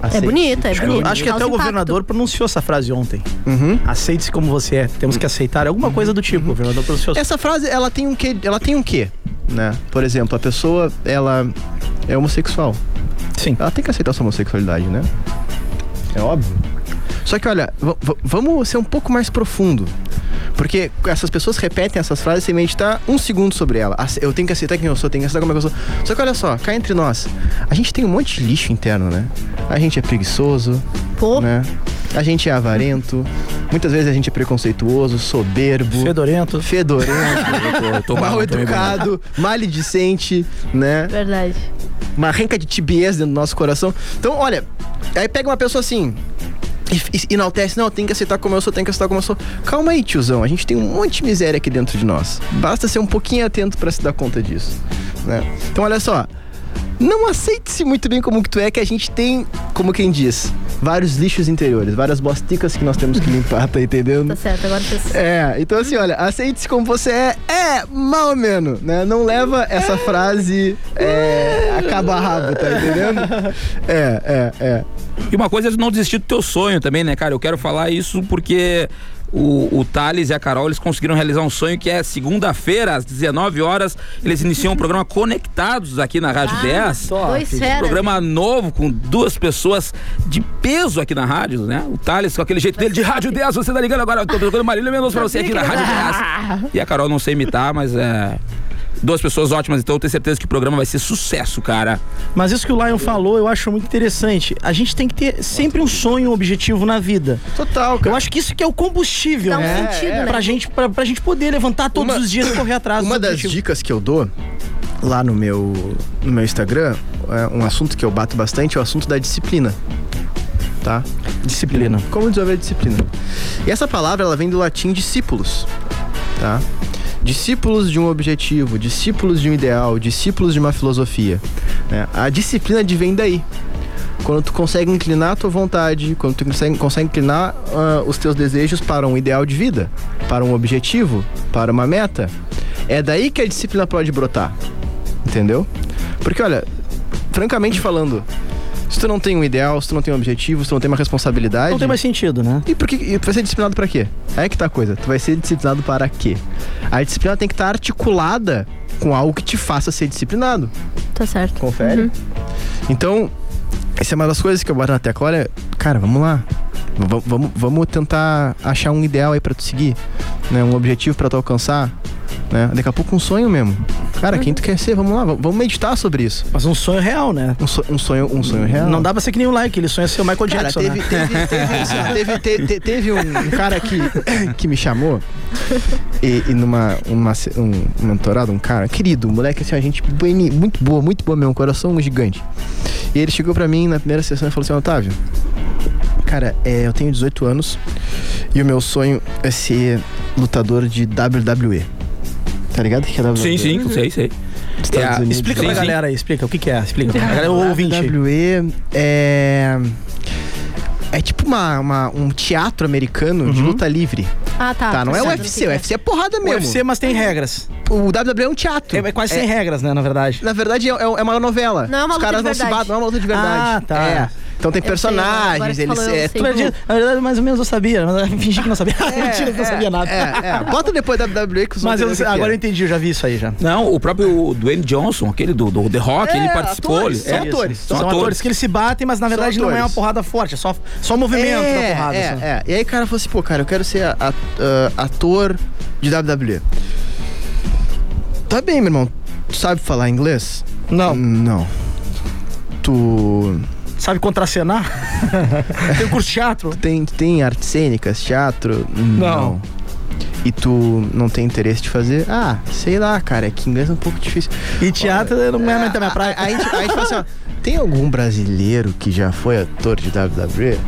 Aceite. bonita, é Acho que- bonita, Acho que causa até o impacto. governador pronunciou essa frase ontem. Aceite-se como você é. Temos que aceitar alguma coisa do tipo. O governador pronunciou. Essa frase, ela tem um quê? Ela tem um quê? Né? Por exemplo, a pessoa, ela é homossexual. assim. Sim. Ela tem que aceitar sua homossexualidade, né? É óbvio. Só que olha, va- va- vamos ser um pouco mais profundo. Porque essas pessoas repetem essas frases sem meditar um segundo sobre ela. Ace- Eu tenho que aceitar quem eu sou, tenho que aceitar como é que eu sou. Só que olha só, cá entre nós, a gente tem um monte de lixo interno, né? A gente é preguiçoso, né? A gente é avarento, muitas vezes a gente é preconceituoso, soberbo. Fedorento. Fedorento. tô mal, mal tô meio educado, maledicente, né? É Verdade. Uma renca de tibieza dentro do nosso coração. Então, olha, aí pega uma pessoa assim. e- e Enaltece, não, tem que aceitar como eu sou, tem que aceitar como eu sou. Calma aí, tiozão, a gente tem um monte de miséria aqui dentro de nós. Basta ser um pouquinho atento pra se dar conta disso. né? Então, olha só, não aceite-se muito bem como que tu é, que a gente tem, como quem diz, vários lixos interiores, várias bosticas que nós temos que limpar, tá entendendo? Tá certo, agora vocês. É, então assim, olha, aceite-se como você é, é, mal ou menos, né? Não leva essa frase é, a cabo a rabo, tá entendendo? É, é, é. E uma coisa é tu não desistir do teu sonho também, né, cara? Eu quero falar isso porque o, o Thales e a Carol, eles conseguiram realizar um sonho que é segunda-feira, às 19 horas, eles iniciam o programa Conectados aqui na Rádio 10. dois feras. Programa novo com duas pessoas de peso aqui na rádio, né? O Thales com aquele jeito dele de Rádio 10, você tá ligando agora, eu tô tocando Marília Mendonça pra você aqui na Rádio 10. E a Carol não sei imitar, mas é... Duas pessoas ótimas, então eu tenho certeza que o programa vai ser sucesso, cara. Mas isso que o Lion falou, eu acho muito interessante. A gente tem que ter sempre um sonho, um objetivo na vida. Total, cara. Eu acho que isso que é o combustível, Dá um né? sentido, né? Pra gente, pra, pra gente poder levantar todos Uma- os dias e correr atrás Uma dos das objetivos. dicas que eu dou lá no meu, no meu Instagram, é um assunto que eu bato bastante, é o assunto da disciplina. Tá? Disciplina. Como desenvolver disciplina? E essa palavra, ela vem do latim discípulos, tá? Discípulos de um objetivo, discípulos de um ideal, discípulos de uma filosofia. né? A disciplina vem daí. Quando tu consegue inclinar a tua vontade, quando tu consegue, consegue inclinar ah, os teus desejos para um ideal de vida, para um objetivo, para uma meta, é daí que a disciplina pode brotar. Entendeu? Porque, olha, francamente falando, se tu não tem um ideal, se tu não tem um objetivo, se tu não tem uma responsabilidade. Não tem mais sentido, né? E por que e tu vai ser disciplinado para quê? Aí é que tá a coisa. Tu vai ser disciplinado para quê? A disciplina tem que estar articulada com algo que te faça ser disciplinado. Tá certo. Confere. Então, essa é uma das coisas que eu bato na tecla. Olha, cara, vamos lá. V- Vamos, vamos tentar achar um ideal aí pra tu seguir, né? Um objetivo pra tu alcançar, né? Daqui a pouco um sonho mesmo. Cara, quem tu quer ser? Vamos lá, v- vamos meditar sobre isso. Mas um sonho real, né? Um, so- um sonho, um sonho real. Não dá pra ser que nem o like, ele sonha ser o Michael Cara, Jackson. teve- né? teve- teve isso, ó, teve- te- te- teve um cara que, que me chamou e, e numa uma, ce- um mentorado, um cara querido, um moleque assim, a gente bem- muito boa, muito boa mesmo, um coração gigante. E ele chegou pra mim na primeira sessão e falou assim: Otávio, cara, é, eu tenho 18 anos e o meu sonho é ser lutador de WWE. Tá ligado? O Que é WWE? Sim, sim, sei, sei. Estados Unidos. Explica pra galera aí, explica. O que que é? <laughs> Explica. pra galera, o ouvinte. WWE é. É tipo uma, uma- um teatro americano de Uhum. luta livre. Ah, tá. Tá, não é o certo. UFC, o UFC é porrada mesmo. UFC, mas Uhum. tem regras. O WWE é um teatro. É quase sem regras, né, na verdade. Na verdade, é, é- é uma novela. Não é uma Os luta caras de vão se verdade. bater, não é uma luta de verdade. Ah, tá. É. Então tem Eu sei, agora personagens, que eles. falou, eu é sei. tudo- Na verdade, mais ou menos eu sabia, mas eu fingi que não sabia. <laughs> Mentira, que eu não sabia nada. É, é. Bota depois WWE que os Mas eu, agora eu entendi. entendi, eu já vi isso aí já. Não, o próprio Dwayne Johnson, aquele do, do The Rock, ele participou. atores, ele- são é, atores. São, atores. que eles se batem, mas na São verdade não é uma atores. porrada forte, é só, só movimento é, da porrada. É, só. é. E aí o cara falou assim, pô, cara, eu quero ser a- a- ah, ator de WWE. Tá bem, meu irmão. Tu sabe falar inglês? Não. Não. Tu. <laughs> Sabe contracenar? tem um curso de teatro? Tem, tem artes cênicas, teatro? Não. E tu não tem interesse de fazer? Ah, sei lá, cara, é que inglês é um pouco difícil. E teatro não é muito a minha praia. Aí a gente, aí a gente fala assim, ó, tem algum brasileiro que já foi ator de WWE?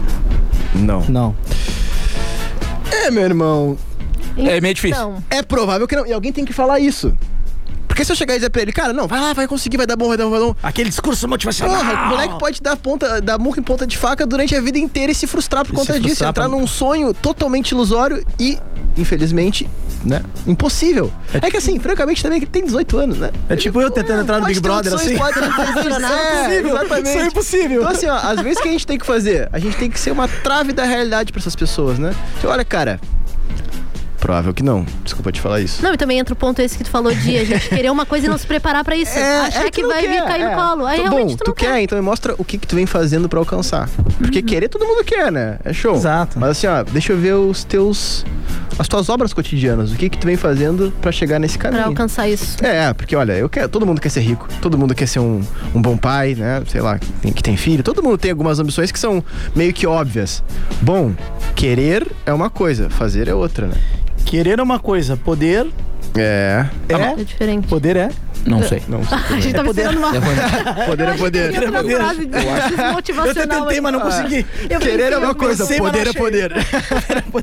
Não. Não. É, meu irmão. É meio difícil. Então, É provável que não. E alguém tem que falar isso. Porque se eu chegar e dizer pra ele, cara, não, vai lá, vai conseguir, vai dar bom, vai dar bom, vai dar bom. Aquele discurso motivacional. Porra, o moleque pode dar, ponta, dar murro em ponta de faca durante a vida inteira e se frustrar por E conta se disso. frustrar Entrar pra- num sonho totalmente ilusório e, infelizmente, né, impossível. É que assim, francamente, também que ele tem 18 anos, né? É tipo eu tentando entrar no Pode Big ter um Brother sonho, assim. pode ter um <laughs> sonho, é é, impossível. exatamente. Isso é impossível. Então, assim, ó, às vezes o que a gente tem que fazer? A gente tem que ser uma trave da realidade pra essas pessoas, né? Então, olha, cara. Provável que não. Desculpa te falar isso. Não, e também entra o ponto esse que tu falou de a gente <laughs> querer uma coisa e não se preparar pra É, isso. Achar que, não vai vir quer, cair é. no colo. Aí Tá realmente bom, tu, quer, então me mostra o que, que tu vem fazendo pra alcançar. Porque querer todo mundo quer, né? É show. Exato. Mas assim, ó, deixa eu ver os teus. as tuas obras cotidianas. O que que tu vem fazendo pra chegar nesse caminho. pra alcançar isso. É, porque olha, eu quero, todo mundo quer ser rico, todo mundo quer ser um, um bom pai, né? Sei lá, que tem, que tem filho, todo mundo tem algumas ambições que são meio que óbvias. Bom, querer é uma coisa, fazer é outra, né? Querer é uma coisa, poder é. É diferente. Poder é? Não sei. Não <laughs> sei. A gente É tava poder. esperando uma. <laughs> Poder é poder. Eu acho que eu ia pra frase desmotivacional Eu até tentei, aí. mas não consegui. Eu Querer é uma eu coisa, pensei, mas poder não é poder.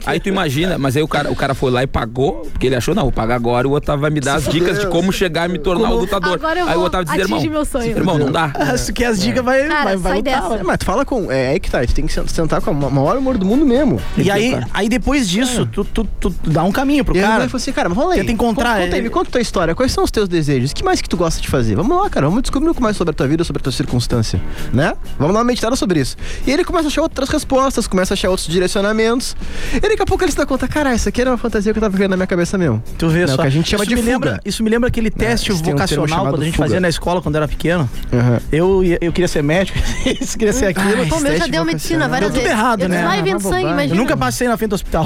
Aí tu imagina, mas aí o cara, o cara foi lá e pagou, porque ele achou, não, vou pagar agora, o Otávio vai me dar as dicas de como chegar e me tornar Como- o lutador. Agora eu aí o vou Otávio diz, atingir irmão, meu sonho." irmão, não dá. Ah, Se tu quer as É. dicas, vai, Cara, vai, vai sai lutar, dessa. vai. Ah, Mas tu fala com. É, aí que tá, tu tem que sen- sentar com o ma- maior humor do mundo mesmo. E aí, aí depois disso, tu, tu, tu dá um caminho pro É. E aí ele cara. vai falar assim, cara, mas vamos lá. aí. Tenta encontrar, Conta, conta aí, é- me conta tua história. Quais são os teus desejos? O que mais que tu gosta de fazer? Vamos lá, cara. Vamos descobrir um pouco mais sobre a tua vida, sobre a tua circunstância, né? Vamos dar uma meditada sobre isso. E ele começa a achar outras respostas, começa a achar outros direcionamentos. E daqui a pouco ele se dá conta, cara, isso aqui era uma fantasia que eu tava criando na minha cabeça mesmo. Tu vê Né, só. o que a gente chama isso de me fuga. Lembra, isso me lembra aquele teste isso tem um termo vocacional chamado quando a gente fuga. fazia na escola quando eu era pequeno. Uhum. Eu, ia- eu queria ser médico, <laughs> isso queria ser aquilo. Pô, o meu Ah, já deu medicina várias Deu tudo vezes. errado, eu assim, né? Vai vendo sangue, Eu imagina. nunca passei na frente do <laughs> hospital.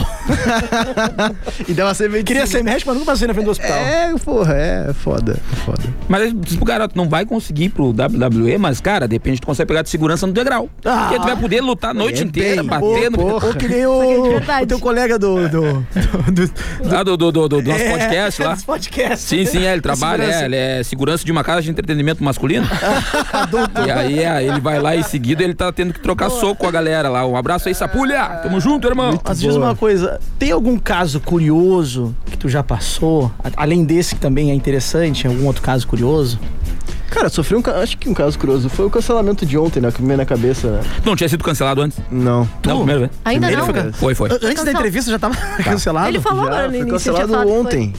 E dá uma cerveja. Queria ser médico, mas nunca passei na frente do hospital. É, porra, é foda, é foda. Mas aí diz pro garoto, não vai conseguir pro WWE, mas, cara, de repente tu consegue pegar de segurança no degrau. Ah. porque tu vai poder lutar a noite É inteira, bem, batendo. <laughs> Ou, ou que nem o, o teu colega do. do, do, do Lá Ah, do, do, do, do, do nosso É, podcast <laughs> lá. dos podcasts. Sim, sim, é, ele trabalha, Segurança. é, ele é segurança de uma casa de <laughs> entretenimento masculino. E aí é, ele vai lá e em seguida ele tá tendo que trocar soco com a galera lá. Um abraço aí, Sapulha! Tamo junto, irmão! <laughs> Mas diz uma coisa, tem algum caso curioso que tu já passou? A- Além desse que também é interessante, algum outro caso curioso? Cara, sofri um. ca- Acho que um caso curioso foi o cancelamento de ontem, né? Que me veio na cabeça, né? Não tinha sido cancelado antes? Não. Não, primeiro, né? Ainda Ele não. foi can- Foi, foi. <laughs> An- Antes da Cancel- entrevista já <laughs> tava Tá. cancelado? Ele falou agora no foi início. eu tinha cancelado falado que foi. ontem.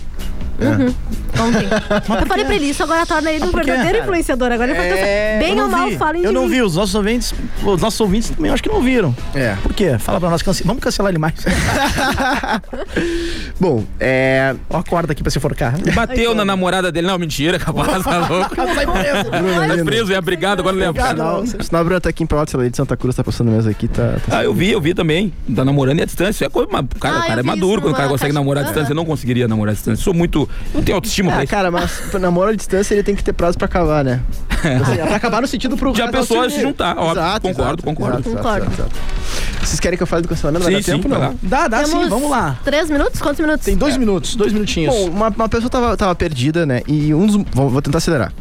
Eu falei pra ele, isso agora torna ele um por quê, verdadeiro cara? influenciador. Agora ele foi É, cancelado. Bem eu ou não mal, vi. falem de Eu não mim. vi, os nossos ouvintes, os nossos ouvintes também acho que não viram. É. Por quê? Fala pra nós, cance... vamos cancelar ele mais. Bom, é. Ó a corda aqui pra se forcar. Bateu na namorada dele. Não, mentira, <laughs> capaz, tá <laughs> louco. Sai preso. É preso, é obrigado, agora leva. Sinal, sinal Bruno tá aqui em Palácio de Santa Cruz, tá passando mesmo aqui, tá. tá Ah, eu vi, eu vi também. Tá namorando e à distância. É coisa, mas, cara, Ah, o eu cara é vi isso maduro quando o cara numa consegue caixa- namorar à distância. Eu não conseguiria namorar à distância. Sou muito. eu Não tenho autoestima pra Ah, isso. cara, mas namoro à distância ele tem que ter prazo pra acabar, né? Assim, é pra acabar no sentido pro Já casal pensou em unir. se juntar, óbvio. Concordo, concordo. Concordo. exato. Vocês querem que eu fale do cancelamento? Vai Sim, dar sim, tempo, tá vai não? lá. Dá, dá Ah, sim, vamos lá. Três minutos? Quantos minutos? Tem dois minutos, dois minutinhos. É. Bom, uma, uma pessoa tava, tava perdida, né? E um dos. Vou, vou tentar acelerar.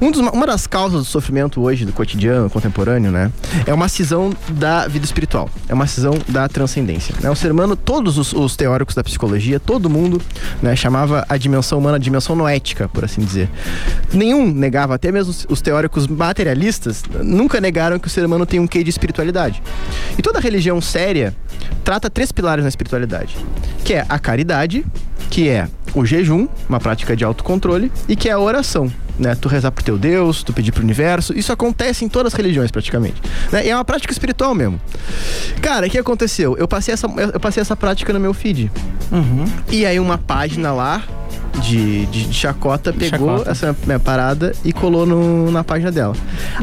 Um dos- uma das causas do sofrimento hoje, do cotidiano, contemporâneo, né? É uma cisão da vida espiritual. É uma cisão da transcendência. Né? O ser humano, todos os, os teóricos da psicologia, todo mundo, né, chamava a dimensão humana de dimensão noética, por assim dizer. Nenhum negava, até mesmo os- os teóricos materialistas, nunca negaram que o ser humano tem um quê de espiritualidade. E toda religião séria trata três pilares na espiritualidade, que é a caridade, que é o jejum, uma prática de autocontrole, e que é a oração. Né? Tu rezar pro teu Deus, tu pedir pro universo, isso acontece em todas as religiões praticamente. né? E é uma prática espiritual mesmo. Cara, o que aconteceu? Eu passei essa, eu passei essa prática no meu feed. E aí uma página lá de, de- de chacota pegou chacota. essa minha parada e colou no- na página dela.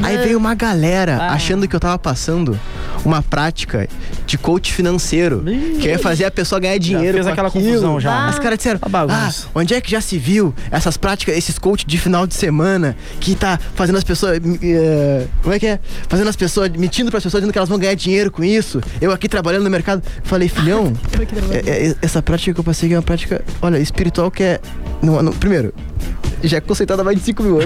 Aí veio uma galera achando que eu tava passando uma prática de coach financeiro, que ia fazer a pessoa ganhar dinheiro. fez com aquela aquilo. confusão já, né? As caras disseram, ah, onde é que já se viu essas práticas, esses coach de final de semana que tá fazendo as pessoas, eh, como é que é? Fazendo as pessoas, mentindo pras pessoas, dizendo que elas vão ganhar dinheiro com isso. Eu aqui trabalhando no mercado, falei, filhão, <laughs> é- é- essa prática que eu passei aqui é uma prática, olha, espiritual que é. não- não- primeiro, já é conceitada há mais de 5 mil <laughs> anos.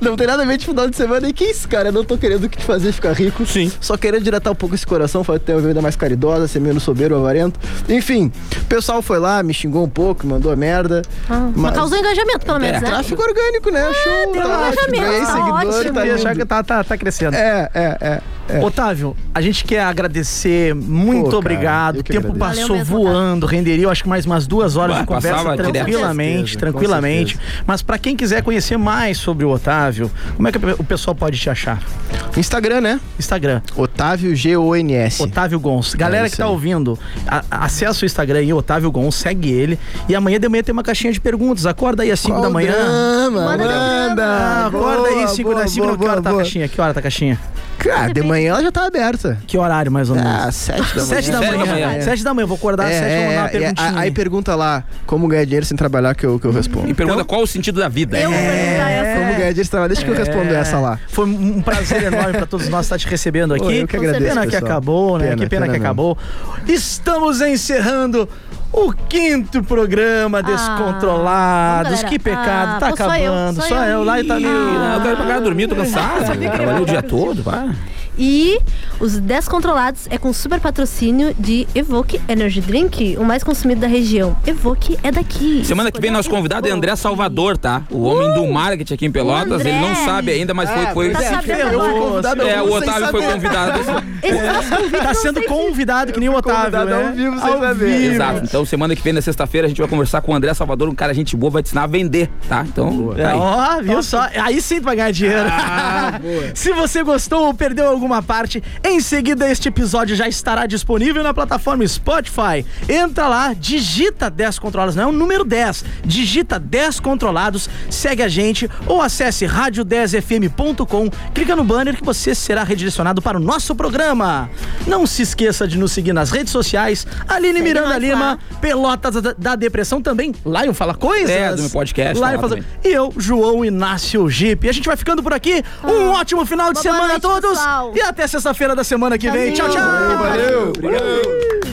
não tem nada a ver de final de semana. E que isso, cara? Eu não tô querendo que te fazer ficar rico. Sim. Só querendo diretar um pouco esse coração, fazer ter uma vida mais caridosa, ser menos soberbo, avarento. Enfim, o pessoal foi lá, me xingou um pouco, mandou merda. Ah, mas causou engajamento, pelo menos, É, né? tráfico orgânico, né? Show, tem um tá ótimo. engajamento, Ganhei tá seguidor, ótimo. tá Tá lindo. achar que tá, tá, tá crescendo. É, é, é. Otávio, a gente quer agradecer, muito Pô, cara, obrigado. eu O que tempo agradeço. Valeu passou voando, renderia, eu acho que mais umas duas horas Bah, de conversa passava direto. tranquilamente, Com certeza, tranquilamente. Mas pra quem quiser conhecer mais sobre o Otávio, como é que o pessoal pode te achar? Instagram, né? Instagram. Otávio G-O-N-S. Otávio Gons. Galera É que isso tá aí. ouvindo, a- acessa o Instagram aí, Otávio Gons, segue ele. E amanhã de manhã tem uma caixinha de perguntas. Acorda aí às 5 da manhã. drama? Manda teu Ah, Acorda aí, Boa, 5 da boa, 5 da Que boa, hora tá a boa. caixinha? Que hora tá a caixinha? Cara, de manhã ela já tá aberta. Que horário mais ou menos? Ah, 7 da manhã. 7 da Sete da manhã. manhã. 7 da manhã, eu vou acordar às 7 e vou mandar uma perguntinha. É, aí pergunta lá como ganhar dinheiro sem trabalhar que eu, que eu respondo. E pergunta qual o sentido da vida. Como ganhar dinheiro sem trabalhar? Deixa que eu respondo É. essa lá. Foi um prazer enorme pra todos nós estar te recebendo aqui. Pô, eu que agradeço, pena que pessoal. acabou, né? Pena, que pena, pena que mesmo. acabou. Estamos encerrando o quinto programa Descontrolados. vamos, que pecado, galera. tá Ah, pô, só eu, acabando. Só só eu, eu. lá e tá meio. Ah, eu quero ir pra casa dormir, tô cansado. Trabalhei o dia todo, vai. E os Descontrolados é com super patrocínio de Evoque Energy Drink, o mais consumido da região. Evoque é daqui. Semana que vem nosso convidado é André Salvador, tá? O homem do marketing aqui em Pelotas. Uh! André. Ele não sabe ainda, mas foi. Ah, foi... tá sabendo Eu fui agora. convidado ao é, vivo o sem Otávio foi saber. <laughs> convidado. Tá sendo convidado que nem o Otávio, né? Ao vivo. Exato. Então, semana que vem, na sexta-feira, a gente vai conversar com o André Salvador, um cara gente boa, vai te ensinar a vender, tá? Então, É, tá aí. Ah, ó, viu só? Aí sim tu vai ganhar dinheiro. <laughs> Se você gostou ou perdeu alguma parte, em seguida este episódio já estará disponível na plataforma Spotify. Entra lá, digita 10 controlados, não é o número 10. Digita 10 controlados, segue a gente ou acesse rádio10fm.com, clica no banner que você será redirecionado para o nosso programa. Não se esqueça de nos seguir nas redes sociais, Aline Segue Miranda nós Lima, Pelotas da- da Depressão também, lá eu fala coisas. É, do meu podcast, Lá tá eu lá falo- também. e eu, João Inácio Gipe. A gente vai ficando por aqui. Um ótimo final de Ah. Boa semana noite, a todos. pessoal. E até sexta-feira da semana que vem. Tchau, tchau. Valeu, valeu.